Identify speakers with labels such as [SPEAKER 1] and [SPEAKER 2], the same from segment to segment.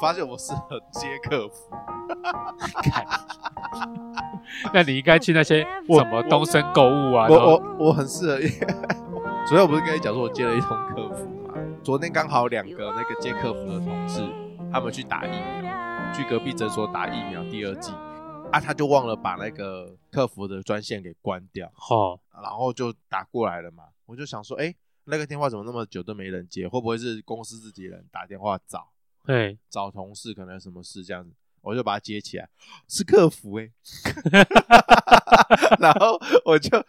[SPEAKER 1] 发现我适合接客服，
[SPEAKER 2] 看 那你应该去那些
[SPEAKER 3] 我
[SPEAKER 2] 什么东升购物啊，
[SPEAKER 1] 我
[SPEAKER 2] 然后
[SPEAKER 1] 我我很适合。 昨天我不是跟你讲说我接了一通客服嘛？昨天刚好两个那个接客服的同事，他们去打疫苗，去隔壁诊所打疫苗第二剂，啊，他就忘了把那个客服的专线给关掉。
[SPEAKER 2] 吼，
[SPEAKER 1] 然后就打过来了嘛。我就想说，哎，那个电话怎么那么久都没人接？会不会是公司自己人打电话找
[SPEAKER 2] 对，
[SPEAKER 1] 找同事，可能有什么事这样子？我就把它接起来，是客服哎、 然后我就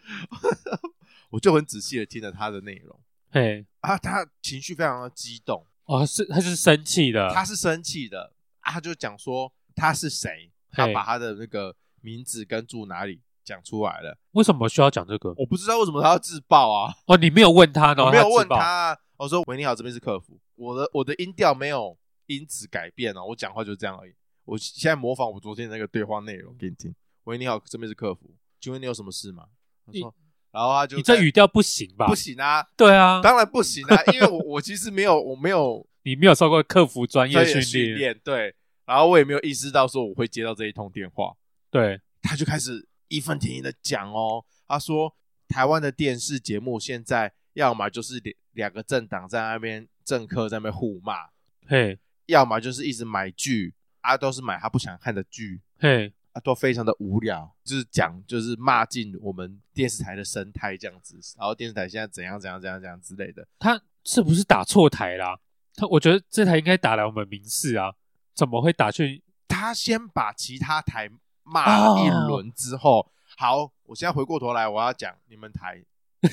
[SPEAKER 1] 我就很仔细的听了他的内容
[SPEAKER 2] 嘿，
[SPEAKER 1] 啊，他情绪非常的激动，
[SPEAKER 2] 哦，是他是生气的，
[SPEAKER 1] 他是生气的啊，他就讲说他是谁，他
[SPEAKER 2] 嘿
[SPEAKER 1] 把他的那个名字跟住哪里讲出来了，
[SPEAKER 2] 为什么需要讲这个？
[SPEAKER 1] 我不知道为什么他要自爆啊。
[SPEAKER 2] 哦，你没有问他，然
[SPEAKER 1] 我
[SPEAKER 2] 后
[SPEAKER 1] 没有问
[SPEAKER 2] 自爆，
[SPEAKER 1] 他，啊我说：“喂，你好，这边是客服。”我的我的音调没有因此改变哦，我讲话就这样而已。我现在模仿我昨天那个对话内容给你听。喂，你好，这边是客服，请问你有什么事吗？他说，然后他就
[SPEAKER 2] 你这
[SPEAKER 1] 在
[SPEAKER 2] 语调不行吧
[SPEAKER 1] 不？行啊，
[SPEAKER 2] 对啊，
[SPEAKER 1] 当然不行 啊，因为我我其实没有我没有
[SPEAKER 2] 你没有受过客服专业
[SPEAKER 1] 专业训
[SPEAKER 2] 练，
[SPEAKER 1] 练，对，然后我也没有意识到说我会接到这一通电话，
[SPEAKER 2] 对，
[SPEAKER 1] 他就开始义愤填膺的讲哦，他说台湾的电视节目现在要么就是两两个政党在那边政客在那边互骂，
[SPEAKER 2] 嘿，
[SPEAKER 1] 要么就是一直买剧啊，都是买他不想看的剧
[SPEAKER 2] 嘿，
[SPEAKER 1] 啊，都非常的无聊，就是讲就是骂进我们电视台的生态这样子，然后电视台现在怎样怎样怎样怎样之类的，
[SPEAKER 2] 他是不是打错台啦？他我觉得这台应该打来我们民事啊，怎么会打去？
[SPEAKER 1] 他先把其他台骂了一轮之后，好，我现在回过头来我要讲你们台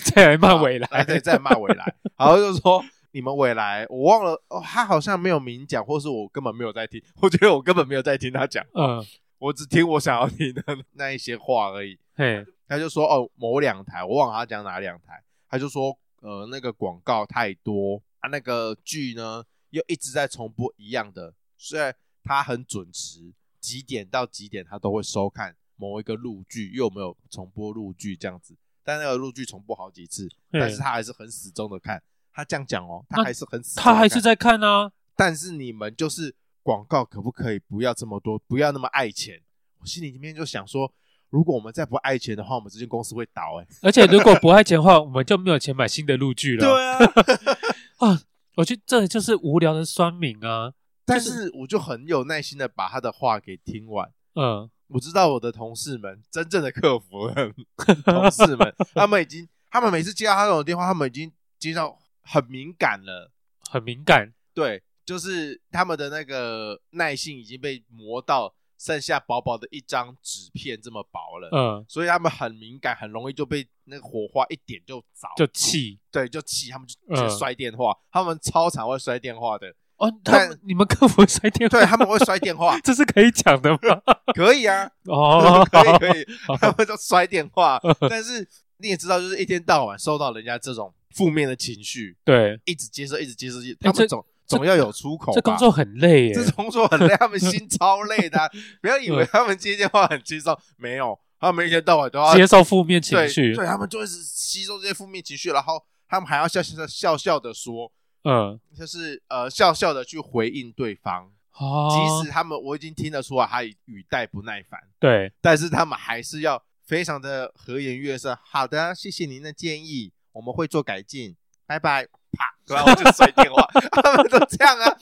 [SPEAKER 2] 再来骂未
[SPEAKER 1] 啊
[SPEAKER 2] 来，
[SPEAKER 1] 对，再骂未 来，然后就说你们未来，我忘了哦，他好像没有明讲，或是我根本没有在听， 我觉得我根本没有在听他讲，
[SPEAKER 2] 嗯，
[SPEAKER 1] 我只听我想要听的那一些话而已。
[SPEAKER 2] 嘿，
[SPEAKER 1] 他就说哦，某两台，我忘了他讲哪两台，他就说呃，那个广告太多，啊，那个剧呢又一直在重播一样的，虽然他很准时，几点到几点他都会收看某一个录剧，又没有重播录剧这样子，但那个录剧重播好几次，
[SPEAKER 2] 嘿
[SPEAKER 1] 但是他还是很始终的看。他这样讲哦，他
[SPEAKER 2] 那
[SPEAKER 1] 还是很死忠地看、
[SPEAKER 2] 他还是在看啊，
[SPEAKER 1] 但是你们就是广告可不可以不要这么多，不要那么爱钱？我心里面就想说，如果我们再不爱钱的话，我们这间公司会倒哎、欸
[SPEAKER 2] 而且如果不爱钱的话，我们就没有钱买新的录剧了。
[SPEAKER 1] 啊，
[SPEAKER 2] 啊，我觉得这就是无聊的酸民啊。
[SPEAKER 1] 但是我就很有耐心的把他的话给听完。
[SPEAKER 2] 嗯，
[SPEAKER 1] 我知道我的同事们，真正的客服 同事们，他们已经，他们每次接到他这种电话，他们已经接到很敏感了。
[SPEAKER 2] 很敏感，
[SPEAKER 1] 对，就是他们的那个耐性已经被磨到剩下薄薄的一张纸片这么薄了。
[SPEAKER 2] 嗯，
[SPEAKER 1] 所以他们很敏感，很容易就被那个火花一点就着，
[SPEAKER 2] 就气
[SPEAKER 1] 对，就气，他们就
[SPEAKER 2] 嗯
[SPEAKER 1] 就摔电话，他们超常会摔电话的，
[SPEAKER 2] 哦。他
[SPEAKER 1] 但
[SPEAKER 2] 们你们客服摔电话，
[SPEAKER 1] 对，他们会摔电话
[SPEAKER 2] ，这是可以讲 的吗？
[SPEAKER 1] 可以啊，
[SPEAKER 2] 哦
[SPEAKER 1] ，可以可以，
[SPEAKER 2] 好
[SPEAKER 1] 他们就摔电 话，但是你也知道，就是一天到晚受到人家这种负面的情绪，
[SPEAKER 2] 对，
[SPEAKER 1] 一直接受，一直接受，他
[SPEAKER 2] 哎这
[SPEAKER 1] 们总总要有出口吧，
[SPEAKER 2] 这工作很累耶。
[SPEAKER 1] 这工作很累，他们心超累的啊，不要以为
[SPEAKER 2] 嗯
[SPEAKER 1] 他们接电话很轻松，没有，他们一天到晚都要
[SPEAKER 2] 接受负面情
[SPEAKER 1] 对
[SPEAKER 2] 绪
[SPEAKER 1] 啊对，他们就会是吸收这些负面情绪，然后他们还要笑笑笑笑的说，
[SPEAKER 2] 嗯，
[SPEAKER 1] 就是呃笑笑的去回应对方。
[SPEAKER 2] 哦，
[SPEAKER 1] 即使他们我已经听得出来他语带不耐烦，
[SPEAKER 2] 对，
[SPEAKER 1] 但是他们还是要非常的和颜悦色。好的，谢谢您的建议，我们会做改进，拜拜。啪，然后我就摔电话， 他们都这样啊。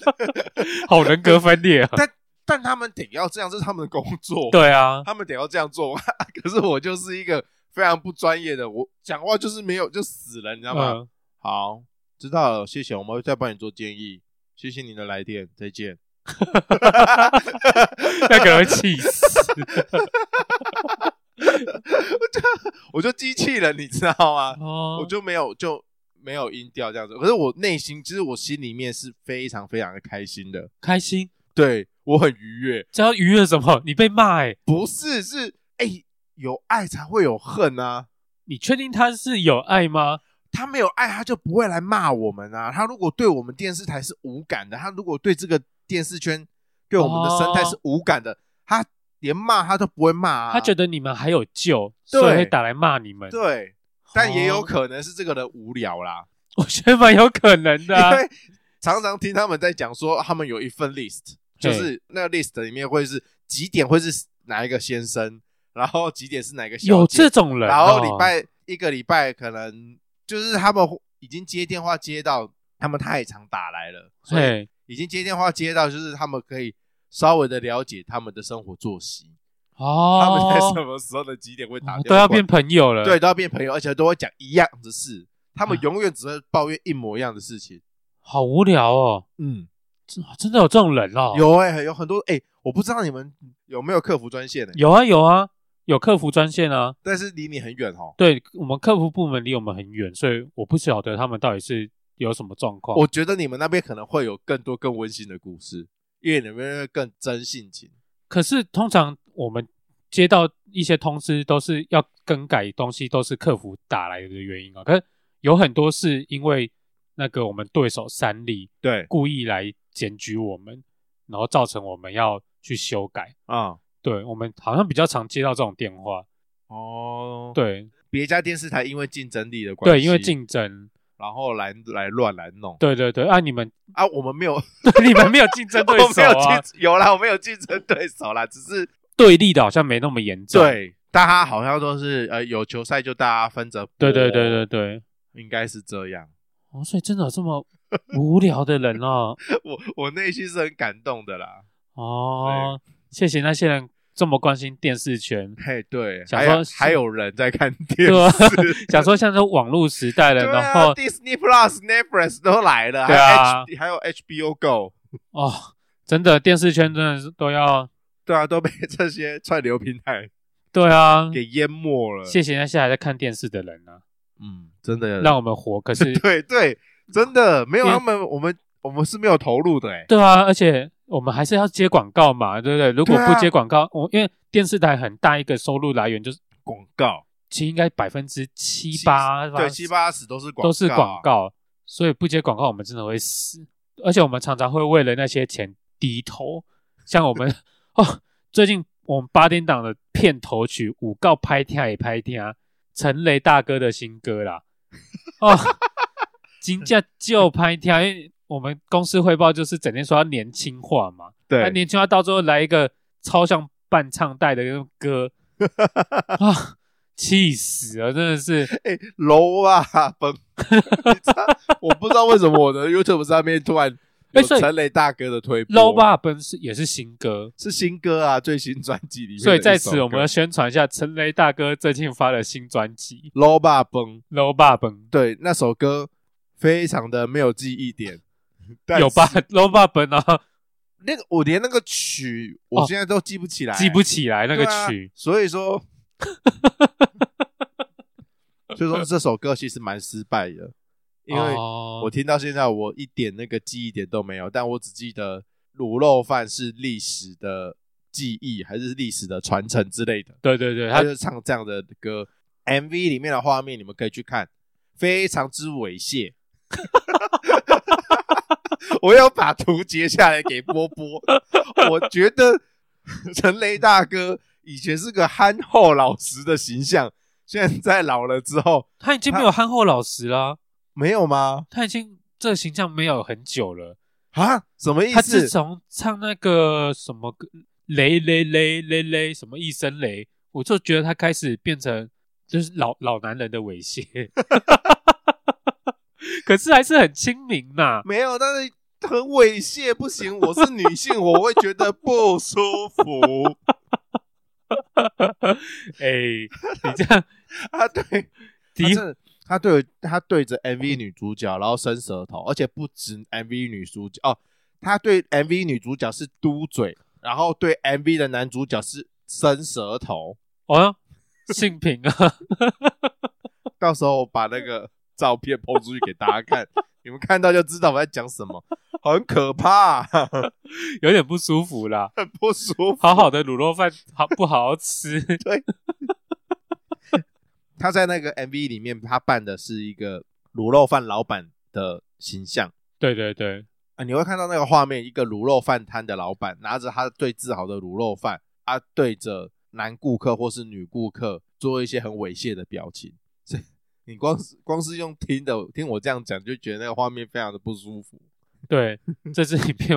[SPEAKER 2] 好人格分裂 啊。
[SPEAKER 1] 但但他们得要这样，这是他们的工作。
[SPEAKER 2] 对啊，
[SPEAKER 1] 他们得要这样做。 可是我就是一个非常不专业的，我讲话就是没有就死了，你知道吗？
[SPEAKER 2] 嗯，
[SPEAKER 1] 好，知道了，谢谢，我们会再帮你做建议。谢谢您的来电，再见。
[SPEAKER 2] 那可能会气 死。
[SPEAKER 1] 我就机器人，你知道吗？
[SPEAKER 2] 哦，
[SPEAKER 1] 我就没有就没有音调这样子。可是我内心，其实我心里面是非常非常的开心的，
[SPEAKER 2] 开心，
[SPEAKER 1] 对我很愉悦。
[SPEAKER 2] 这要愉悦什么？你被骂哎。
[SPEAKER 1] 不是，是哎、有爱才会有恨啊。
[SPEAKER 2] 你确定他是有爱吗？
[SPEAKER 1] 他没有爱，他就不会来骂我们啊。他如果对我们电视台是无感的，他如果对这个电视圈、对我们的生态是无感的，他连骂他都不会骂啊。
[SPEAKER 2] 他觉
[SPEAKER 1] 得
[SPEAKER 2] 得你们还有救，
[SPEAKER 1] 对
[SPEAKER 2] 所以会打来骂你们。
[SPEAKER 1] 对，但也有
[SPEAKER 2] 哦
[SPEAKER 1] 可能是这个人无聊啦，
[SPEAKER 2] 我觉得蛮有可能的啊、
[SPEAKER 1] 因为常常听他们在讲说，他们有一份 list，就是那个 list 里面会是几点会是哪一个先生，然后几点是哪个小
[SPEAKER 2] 有
[SPEAKER 1] 姐
[SPEAKER 2] 这，种人哦，
[SPEAKER 1] 然后礼拜一个礼拜可能就是他们已经接电话接到他们太常打来了，所以
[SPEAKER 2] 嘿
[SPEAKER 1] 已经接电话接到就是他们可以稍微的了解他们的生活作息，他们在
[SPEAKER 2] 哦
[SPEAKER 1] 什，么时候的几点会打
[SPEAKER 2] 哦
[SPEAKER 1] 电话
[SPEAKER 2] 都要变
[SPEAKER 1] 过
[SPEAKER 2] 朋友了，
[SPEAKER 1] 来对，都要变朋友，而且都会讲一样的事，他们
[SPEAKER 2] 啊
[SPEAKER 1] 永远只会抱怨一模一样的事情。
[SPEAKER 2] 好无聊哦，
[SPEAKER 1] 嗯，
[SPEAKER 2] 真真的有这种人哦，
[SPEAKER 1] 有哎、有很多哎、我不知道你们有没有客服专线呢、欸
[SPEAKER 2] 有啊有啊，有客服专线啊，
[SPEAKER 1] 但是离你很远哦。
[SPEAKER 2] 对我们客服部门离我们很远，所以我不晓得他们到底是有什么状况。
[SPEAKER 1] 我觉得你们那边可能会有更多更温馨的故事，因为你们会更真性情。
[SPEAKER 2] 可是通常我们接到一些通知，都是要更改东西，都是客服打来的原因啊。可是有很多是因为那个我们对手三立
[SPEAKER 1] 对
[SPEAKER 2] 故意来检举我们，然后造成我们要去修改。
[SPEAKER 1] 啊、
[SPEAKER 2] 对我们好像比较常接到这种电话，
[SPEAKER 1] 哦，，
[SPEAKER 2] 对
[SPEAKER 1] 别家电视台因为竞争力的关系，
[SPEAKER 2] 对，因为，竞争，
[SPEAKER 1] 然后来来乱来弄
[SPEAKER 2] 对对对啊，你们
[SPEAKER 1] 啊，我们没有，
[SPEAKER 2] 对你们没有竞争对
[SPEAKER 1] 我
[SPEAKER 2] 手
[SPEAKER 1] 没有
[SPEAKER 2] 啊，
[SPEAKER 1] 竞，有啦，我们有竞争对手啦，只 是
[SPEAKER 2] 对立的好像没那么严重，
[SPEAKER 1] 对大家好像都是呃有球赛就大家分着，
[SPEAKER 2] 对对对对，对，
[SPEAKER 1] 应该是这样。
[SPEAKER 2] 哦，所以真的有这 么无聊的人哦。
[SPEAKER 1] 我我内心是很感动的啦，，
[SPEAKER 2] 哦，谢谢那些人这么关心电视圈
[SPEAKER 1] 嘿，对，
[SPEAKER 2] 想
[SPEAKER 1] 还
[SPEAKER 2] 说
[SPEAKER 1] 有
[SPEAKER 2] 是
[SPEAKER 1] 还有人在 看电
[SPEAKER 2] 对啊
[SPEAKER 1] 视，
[SPEAKER 2] 想 说像这网络时代了，
[SPEAKER 1] 对
[SPEAKER 2] 然
[SPEAKER 1] 啊
[SPEAKER 2] 后
[SPEAKER 1] ，Disney Plus、Netflix 都来了，
[SPEAKER 2] 对啊
[SPEAKER 1] 还有 H 还有 HBO Go，
[SPEAKER 2] 哦，真的电视圈真的是都要
[SPEAKER 1] 对啊，都被这些串流平台
[SPEAKER 2] 对啊，
[SPEAKER 1] 给淹没了。
[SPEAKER 2] 谢谢那些还在看电视的人啊，
[SPEAKER 1] 嗯，真的
[SPEAKER 2] 让我们活。可是
[SPEAKER 1] 对对，真的没有
[SPEAKER 2] 因为
[SPEAKER 1] 他们，我们我们是没有投入的哎、
[SPEAKER 2] 对啊，而且我们还是要接广告嘛，对不对？如果
[SPEAKER 1] 对啊
[SPEAKER 2] 不接广告，我因为电视台很大一个收入来源就是。
[SPEAKER 1] 广告
[SPEAKER 2] 其实应该百分之七八，
[SPEAKER 1] 对七八十都是广告啊
[SPEAKER 2] 都是广，告，所以不接广告我们真的会死，而且我们常常会为了那些钱低头。像我 们哦，最近我们八点档的片头曲《五告拍天》也拍天啊，陈雷大哥的新歌啦，哦，金价就拍天啊，因为我们公司汇报就是整天说要年轻化嘛，那
[SPEAKER 1] 对，
[SPEAKER 2] 年轻化到最后来一个超像伴唱带的那种 歌啊，气死了，真的是。
[SPEAKER 1] 哎楼啊 崩，你知道我不知道为什么我的 YouTube 上面突然
[SPEAKER 2] 哎
[SPEAKER 1] 有
[SPEAKER 2] 所以
[SPEAKER 1] 陈雷大哥的推播
[SPEAKER 2] Low Bar 本是也是新歌，
[SPEAKER 1] 是新歌啊，最新专辑里面的一首
[SPEAKER 2] 所
[SPEAKER 1] 歌，
[SPEAKER 2] 以在此我们要宣传一下陈雷大哥最近发了新专辑
[SPEAKER 1] 楼吧崩，
[SPEAKER 2] 《Low Bar 本》，
[SPEAKER 1] 对那首歌非常的没有记忆点，但
[SPEAKER 2] 有
[SPEAKER 1] 是
[SPEAKER 2] 吧？Low Bar 本然后
[SPEAKER 1] 那个我连那个曲
[SPEAKER 2] 哦
[SPEAKER 1] 我现在都记不起来，
[SPEAKER 2] 记不起来那个
[SPEAKER 1] 对啊
[SPEAKER 2] 曲，
[SPEAKER 1] 所以说， 所以说这首歌其实蛮失败的，因为我
[SPEAKER 2] 我
[SPEAKER 1] 听到现在我一点那个记忆点都没有，但我只记得卤肉饭是历史的记忆还是历史的传承之类的，
[SPEAKER 2] 对对对，
[SPEAKER 1] 他
[SPEAKER 2] 他
[SPEAKER 1] 就唱这样的歌。MV 里面的画面你们可以去看，非常之猥亵。 我要把图截下来给波波。我觉得陈雷大哥以前是个憨厚老实的形象，现在老了之后
[SPEAKER 2] 他已经没有憨厚老实啦，
[SPEAKER 1] 没有吗？
[SPEAKER 2] 他已经这个形象没有很久了。
[SPEAKER 1] 啊，什么意
[SPEAKER 2] 他自
[SPEAKER 1] 思？
[SPEAKER 2] 从唱那个什么歌雷雷雷雷雷什么一声雷，我就觉得他开始变成就是老老男人的猥亵， 可是还是很亲民呐、
[SPEAKER 1] 没有，但是很猥亵，不行。我是女性，我会觉得不舒服
[SPEAKER 2] 哎、你这样
[SPEAKER 1] 啊。对，他
[SPEAKER 2] 诋
[SPEAKER 1] 真的他对他对着 MV 女主角，然后伸舌头，而且不止 MV 女主角哦，他对 MV 女主角是嘟嘴，然后对 MV 的男主角是伸舌头。
[SPEAKER 2] 哦，性平啊，
[SPEAKER 1] 到时候我把那个照片抛出去给大家看，你们看到就知道我在讲什么，很可怕、
[SPEAKER 2] 有点不舒服啦。
[SPEAKER 1] 很不舒服。
[SPEAKER 2] 好好的卤肉饭好不好好吃？
[SPEAKER 1] 他在那个 MV 里面，他扮的是一个卤肉饭老板的形象。
[SPEAKER 2] 对对对，
[SPEAKER 1] 啊，你会看到那个画面，一个卤肉饭摊的老板拿着他最自豪的卤肉饭，啊，对着男顾客或是女顾客做一些很猥亵的表情。这你光是光是用听的听我这样讲，就觉得那个画面非常的不舒服。
[SPEAKER 2] 对，这支影片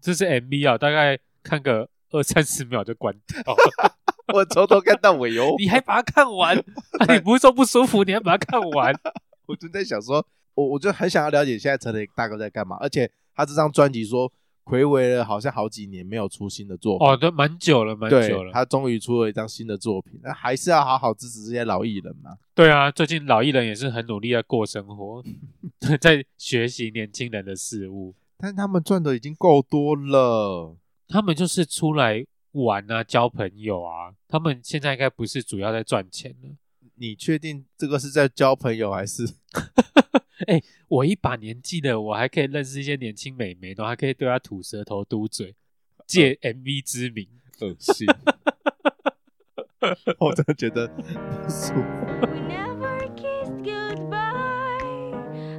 [SPEAKER 2] 这是 MV 啊，大概看个二三十秒就关掉了。
[SPEAKER 1] 我从头看到尾哦哟。
[SPEAKER 2] 你还把它看完？啊、你不是说不舒服，你还把它看完？
[SPEAKER 1] 我就在想说，我我就很想要了解现在陈磊大哥在干嘛，而且他这张专辑说暌违了好像好几年没有出新的作品，
[SPEAKER 2] 哦，对，蛮久了，蛮
[SPEAKER 1] 对
[SPEAKER 2] 久，了。
[SPEAKER 1] 他终于出了一张新的作品，那还是要好好支持这些老艺人嘛。
[SPEAKER 2] 对啊，最近老艺人也是很努力在过生活， 在学习年轻人的事物。
[SPEAKER 1] 但是他们赚的已经够多了，
[SPEAKER 2] 他们就是出来玩啊，交朋友啊。他们现在应该不是主要在赚钱了。
[SPEAKER 1] 你确定这个是在交朋友还是？
[SPEAKER 2] 我一把年纪了，我还可以认识一些年轻美眉，然后还可以对她吐舌头、嘟嘴，借 MV 之名。
[SPEAKER 1] 恶心。我真的觉得不舒服。
[SPEAKER 3] We never kissed goodbye,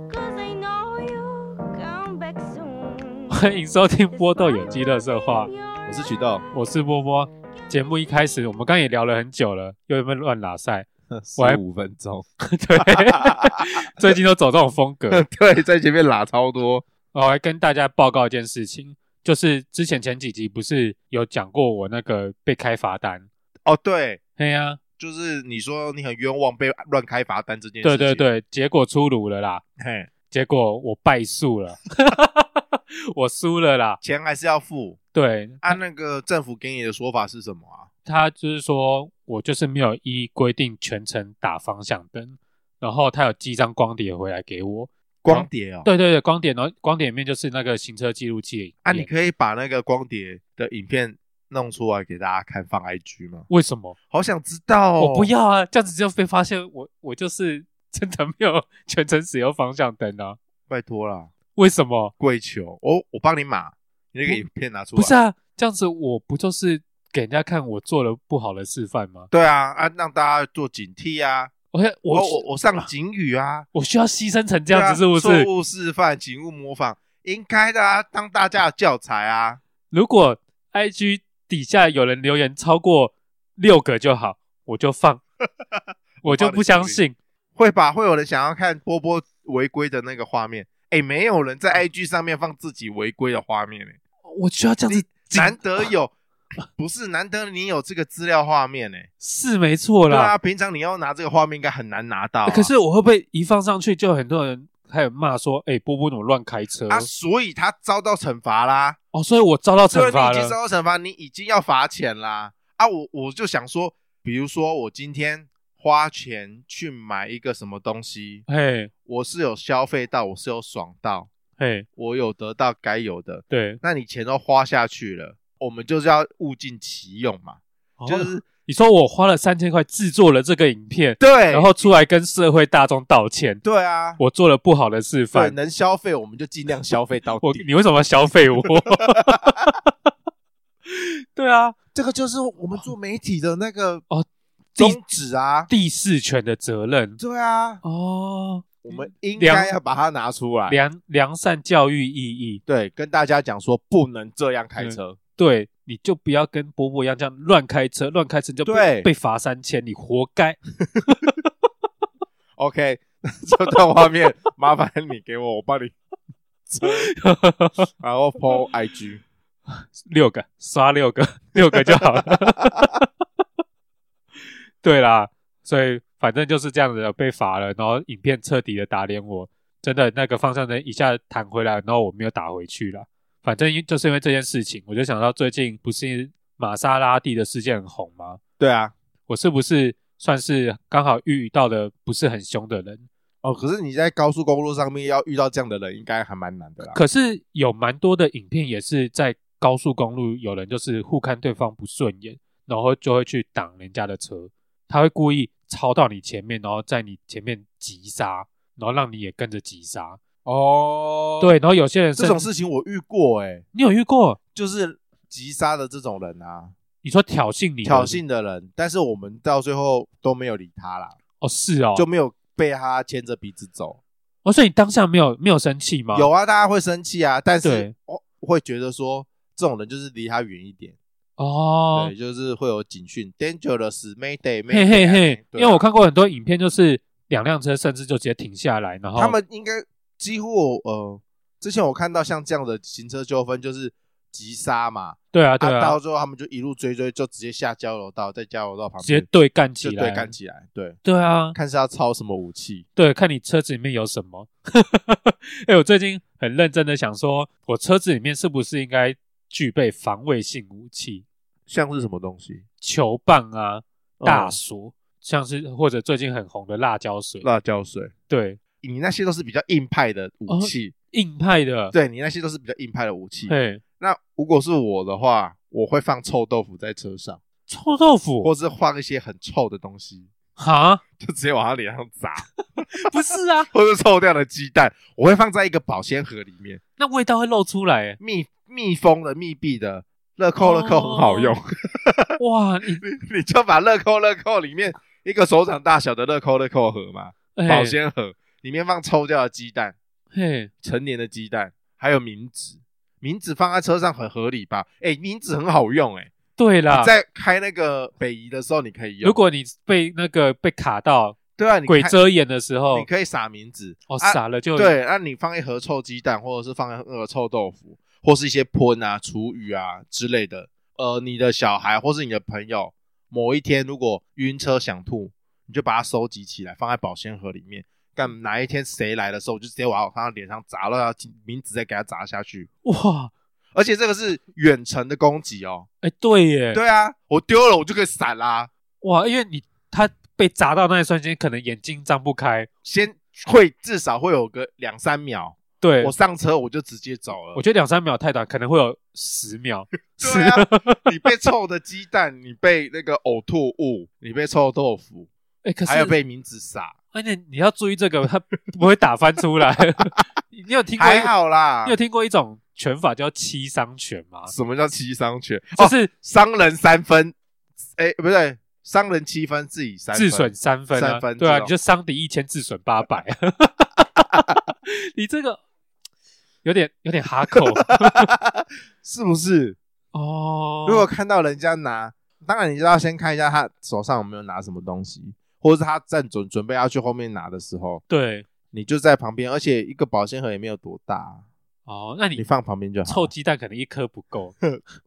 [SPEAKER 3] 'cause I know you'll come back soon.
[SPEAKER 2] 欢迎收听波豆有机乐色话，
[SPEAKER 1] 我是曲豆，
[SPEAKER 2] 我是波波。节目一开始，我们刚刚也聊了很久了，又有没有乱拉赛？我还
[SPEAKER 1] 五分钟，
[SPEAKER 2] 对，最近都走这种风格。
[SPEAKER 1] 对，在前面拉超多。
[SPEAKER 2] 我还跟大家报告一件事情，就是之前前几集不是有讲过我那个被开罚单？
[SPEAKER 1] 哦，对，
[SPEAKER 2] 对呀、
[SPEAKER 1] 就是你说你很冤枉被乱开罚单这件事
[SPEAKER 2] 对
[SPEAKER 1] 情，
[SPEAKER 2] 对，对，结果出炉了啦，
[SPEAKER 1] 嘿，
[SPEAKER 2] 结果我败诉了， 我输了啦。
[SPEAKER 1] 钱还是要付。
[SPEAKER 2] 对，
[SPEAKER 1] 按那个政府给你的说法是什么啊？
[SPEAKER 2] 他就是说我就是没有依规定全程打方向灯，然后他有寄一张光碟回来给我。
[SPEAKER 1] 光碟哦，，
[SPEAKER 2] 对对对，光碟，然后光碟里面就是那个行车记录器的影片。
[SPEAKER 1] 啊，你可以把那个光碟的影片弄出来给大家看，放 IG 吗？
[SPEAKER 2] 为什么？
[SPEAKER 1] 好想知道哦，
[SPEAKER 2] 我不，要啊，这样子就被发现我我就是真的没有全程使用方向灯啊。
[SPEAKER 1] 拜托啦，
[SPEAKER 2] 为什么？
[SPEAKER 1] 跪求，哦，我帮你码，你那个影片拿出来，
[SPEAKER 2] 不是啊，这样子我不就是给人家看我做了不好的示范吗？
[SPEAKER 1] 对啊，啊，让大家做警惕啊！
[SPEAKER 2] 我
[SPEAKER 1] 我
[SPEAKER 2] 我
[SPEAKER 1] 我我上警语啊，
[SPEAKER 2] 我需要牺牲 成这样子是不是？
[SPEAKER 1] 对啊错误示范，请勿模仿，应该的啊，当大家的教材啊。
[SPEAKER 2] 如果 IG 底下有人留言超过六个就好，我 就放，我就不相信。
[SPEAKER 1] 会吧？会有人想要看波波违规的那个画面？哎，没有人在
[SPEAKER 2] 啊
[SPEAKER 1] IG 上面放自己违规的画面、欸，
[SPEAKER 2] 我就要这样子紧，
[SPEAKER 1] 难得有， 不是难得你有这个资料画面呢、欸。
[SPEAKER 2] 是没错
[SPEAKER 1] 对
[SPEAKER 2] 啦。哎
[SPEAKER 1] 啊，平常你要拿这个画面应该很难拿到啊、
[SPEAKER 2] 可是我会不会一放上去就有很多人开始骂说：“哎、波波怎么乱开车？”
[SPEAKER 1] 啊，所以他遭到惩罚啦。
[SPEAKER 2] 哦，所以我遭到
[SPEAKER 1] 对，啊
[SPEAKER 2] 惩罚
[SPEAKER 1] 你已经
[SPEAKER 2] 了。
[SPEAKER 1] 遭到惩罚，你已经要罚钱啦。啊，我我就想说，比如说我今天花钱去买一个什么东西，
[SPEAKER 2] 嘿，
[SPEAKER 1] 我是有消费到，我是有爽到，
[SPEAKER 2] 嘿，
[SPEAKER 1] 我有得到该有的。
[SPEAKER 2] 对，
[SPEAKER 1] 那你钱都花下去了，我们就是要物尽其用嘛，就
[SPEAKER 2] 哦
[SPEAKER 1] 是
[SPEAKER 2] 你说我花了三千块制作了这个影片，
[SPEAKER 1] 对，
[SPEAKER 2] 然后出来跟社会大众道歉，
[SPEAKER 1] 对啊，
[SPEAKER 2] 我做了不好的示
[SPEAKER 1] 对
[SPEAKER 2] 范。
[SPEAKER 1] 能消费我们就尽量消费到
[SPEAKER 2] 我
[SPEAKER 1] 底。
[SPEAKER 2] 你为什么要消 费我？对啊，
[SPEAKER 1] 这个就是我们做媒体的那个
[SPEAKER 2] 哦第
[SPEAKER 1] 宗旨啊，
[SPEAKER 2] 第四权的责任
[SPEAKER 1] 对啊，
[SPEAKER 2] 哦，
[SPEAKER 1] 我们应
[SPEAKER 2] 良
[SPEAKER 1] 该要把它拿出来。
[SPEAKER 2] 良良善教育意义，
[SPEAKER 1] 对，跟大家讲说不能这样
[SPEAKER 2] 嗯
[SPEAKER 1] 开车。
[SPEAKER 2] 对，你就不要跟波波一样这样乱开车，乱开车你就
[SPEAKER 1] 对
[SPEAKER 2] 被被罚三千，你活该。
[SPEAKER 1] OK，这 段画面麻烦你给我，我帮你，然后 po IG。
[SPEAKER 2] 六个刷六个， 六个就好了。对啦，所以反正就是这样子的，被罚了，然后影片彻底的打脸我，真的那个方向灯一下弹回来，然后我没有打回去啦。反正因就是因为这件事情，我就想到最近不是玛莎拉蒂的事件很红吗？
[SPEAKER 1] 对啊，
[SPEAKER 2] 我是不是算是刚好遇到的不是很凶的人？
[SPEAKER 1] 哦，可是你在高速公路上面要遇到这样的人，应该还蛮难的啦。
[SPEAKER 2] 可是有蛮多的影片也是在高速公路，有人就是互看对方不顺眼，然后就会去挡人家的车，他会故意超到你前面，然后在你前面急刹，然后让你也跟着急刹。
[SPEAKER 1] 哦
[SPEAKER 2] 对，，然后有些人
[SPEAKER 1] 这种
[SPEAKER 2] 甚至
[SPEAKER 1] 事情我遇过、欸，
[SPEAKER 2] 你有遇过？
[SPEAKER 1] 就是急刹的这种人啊，
[SPEAKER 2] 你说挑衅你的
[SPEAKER 1] 挑衅的人，但是我们到最后都没有理他啦，
[SPEAKER 2] 哦，是哦，
[SPEAKER 1] 就没有被他牵着鼻子走。
[SPEAKER 2] 哦，所以你当下没有没有生气吗？
[SPEAKER 1] 有啊，大家会生气啊，但是
[SPEAKER 2] 对
[SPEAKER 1] 我会觉得说，这种人就是离他远一点。
[SPEAKER 2] 哦
[SPEAKER 1] 对，，就是会有警讯，dangerous mayday mayday，
[SPEAKER 2] 嘿嘿嘿，
[SPEAKER 1] 对啊
[SPEAKER 2] 因为我看过很多影片，就是两辆车甚至就直接停下来，然后
[SPEAKER 1] 他们应该几乎呃，之前我看到像这样的行车纠纷，就是急刹嘛，
[SPEAKER 2] 对啊，对
[SPEAKER 1] 到
[SPEAKER 2] 啊，
[SPEAKER 1] 最后他们就一路追追，就直接下交流道，在交流道旁
[SPEAKER 2] 直接
[SPEAKER 1] 边
[SPEAKER 2] 对干起
[SPEAKER 1] 就
[SPEAKER 2] 来，
[SPEAKER 1] 对干起来，对，
[SPEAKER 2] 对啊，
[SPEAKER 1] 看是要抄什么武器，
[SPEAKER 2] 对，看你车子里面有什么。 哎、我最近很认真的想说，我车子里面是不是应该具备防卫性武器，
[SPEAKER 1] 像是什么东西，
[SPEAKER 2] 球棒啊、大
[SPEAKER 1] 嗯
[SPEAKER 2] 锁，像是或者最近很红的辣椒水，
[SPEAKER 1] 辣椒水，
[SPEAKER 2] 对，
[SPEAKER 1] 你那些都是比较硬派的
[SPEAKER 2] 哦
[SPEAKER 1] 武器，
[SPEAKER 2] 硬派的，，
[SPEAKER 1] 对你那些都是比较硬派的武器。
[SPEAKER 2] 哎，
[SPEAKER 1] 那如果是我的话，我会放臭豆腐在车上，
[SPEAKER 2] 臭豆腐
[SPEAKER 1] 或是放一些很臭的东西，
[SPEAKER 2] 哈，
[SPEAKER 1] 就直接往他脸上砸，
[SPEAKER 2] 不是啊，
[SPEAKER 1] 或是臭掉的鸡蛋，我会放在一个保鲜盒里面，
[SPEAKER 2] 那味道会露出来，哎
[SPEAKER 1] 密密封的、密闭的。乐扣乐扣很好用，
[SPEAKER 2] 哦哇，你
[SPEAKER 1] 你就把乐扣乐扣里面一个手掌大小的乐扣乐扣盒嘛，
[SPEAKER 2] 哎
[SPEAKER 1] 保鲜盒里面放抽掉的鸡蛋，
[SPEAKER 2] 嘿，
[SPEAKER 1] 成年的鸡蛋，还有名纸，名纸放在车上很合理吧？哎、名纸很好用、欸，
[SPEAKER 2] 对
[SPEAKER 1] 哎、
[SPEAKER 2] 啦
[SPEAKER 1] 你，在开那个北移的时候你可以用。
[SPEAKER 2] 如果你被那个被卡到
[SPEAKER 1] 对啊，你
[SPEAKER 2] 鬼
[SPEAKER 1] 开
[SPEAKER 2] 遮眼的时候
[SPEAKER 1] 你，可以撒名纸，
[SPEAKER 2] 哦，
[SPEAKER 1] 啊
[SPEAKER 2] 傻了就
[SPEAKER 1] 对，那、你放一盒臭鸡蛋，或者是放那个臭豆腐，或是一些喷啊、厨余啊之类的。呃，你的小孩或是你的朋友，某一天如果晕车想吐，你就把它收集起来，放在保鲜盒里面。干哪一天谁来的时候，我就直接往他脸上砸了，名字再给他砸下去。
[SPEAKER 2] 哇，
[SPEAKER 1] 而且这个是远程的攻击哦。
[SPEAKER 2] 哎，对耶，
[SPEAKER 1] 对啊，我丢了我就可以闪啦，
[SPEAKER 2] 哇，因为你他被砸到那一瞬间，可能眼睛张不开。
[SPEAKER 1] 先会至少会有个两三秒，
[SPEAKER 2] 对，
[SPEAKER 1] 我
[SPEAKER 2] 我
[SPEAKER 1] 上车我就直接走了。
[SPEAKER 2] 觉得两三秒太短，可能会有十 秒。
[SPEAKER 1] 对啊，你被臭的鸡蛋，你被那个呕吐物，你被臭豆腐，
[SPEAKER 2] 哎、可是
[SPEAKER 1] 还有被名字撒，
[SPEAKER 2] 而且你要注意这个，它不会打翻出 来。你有听过一？
[SPEAKER 1] 还好啊啦
[SPEAKER 2] 你有。听过一种拳法叫七伤拳吗？
[SPEAKER 1] 什么叫七伤拳？
[SPEAKER 2] 就
[SPEAKER 1] 哦，
[SPEAKER 2] 是
[SPEAKER 1] 伤人三分，哎，不对，伤人七分，自己三分
[SPEAKER 2] 自损三分啊，
[SPEAKER 1] 三分
[SPEAKER 2] 对啊，
[SPEAKER 1] 这种
[SPEAKER 2] 你就伤敌一千，自损八百。你这个有点有点 哈口
[SPEAKER 1] 是不是？
[SPEAKER 2] 哦。
[SPEAKER 1] 如果看到人家拿，当然你就要先看一下他手上有没有拿什么东西，或者是他站准准备要去后面拿的时候，
[SPEAKER 2] 对
[SPEAKER 1] 你就在旁边，而且一个保鲜盒也没有多大，啊
[SPEAKER 2] 哦，那
[SPEAKER 1] 你
[SPEAKER 2] 你
[SPEAKER 1] 放旁边就好。
[SPEAKER 2] 臭鸡蛋可能一颗不够，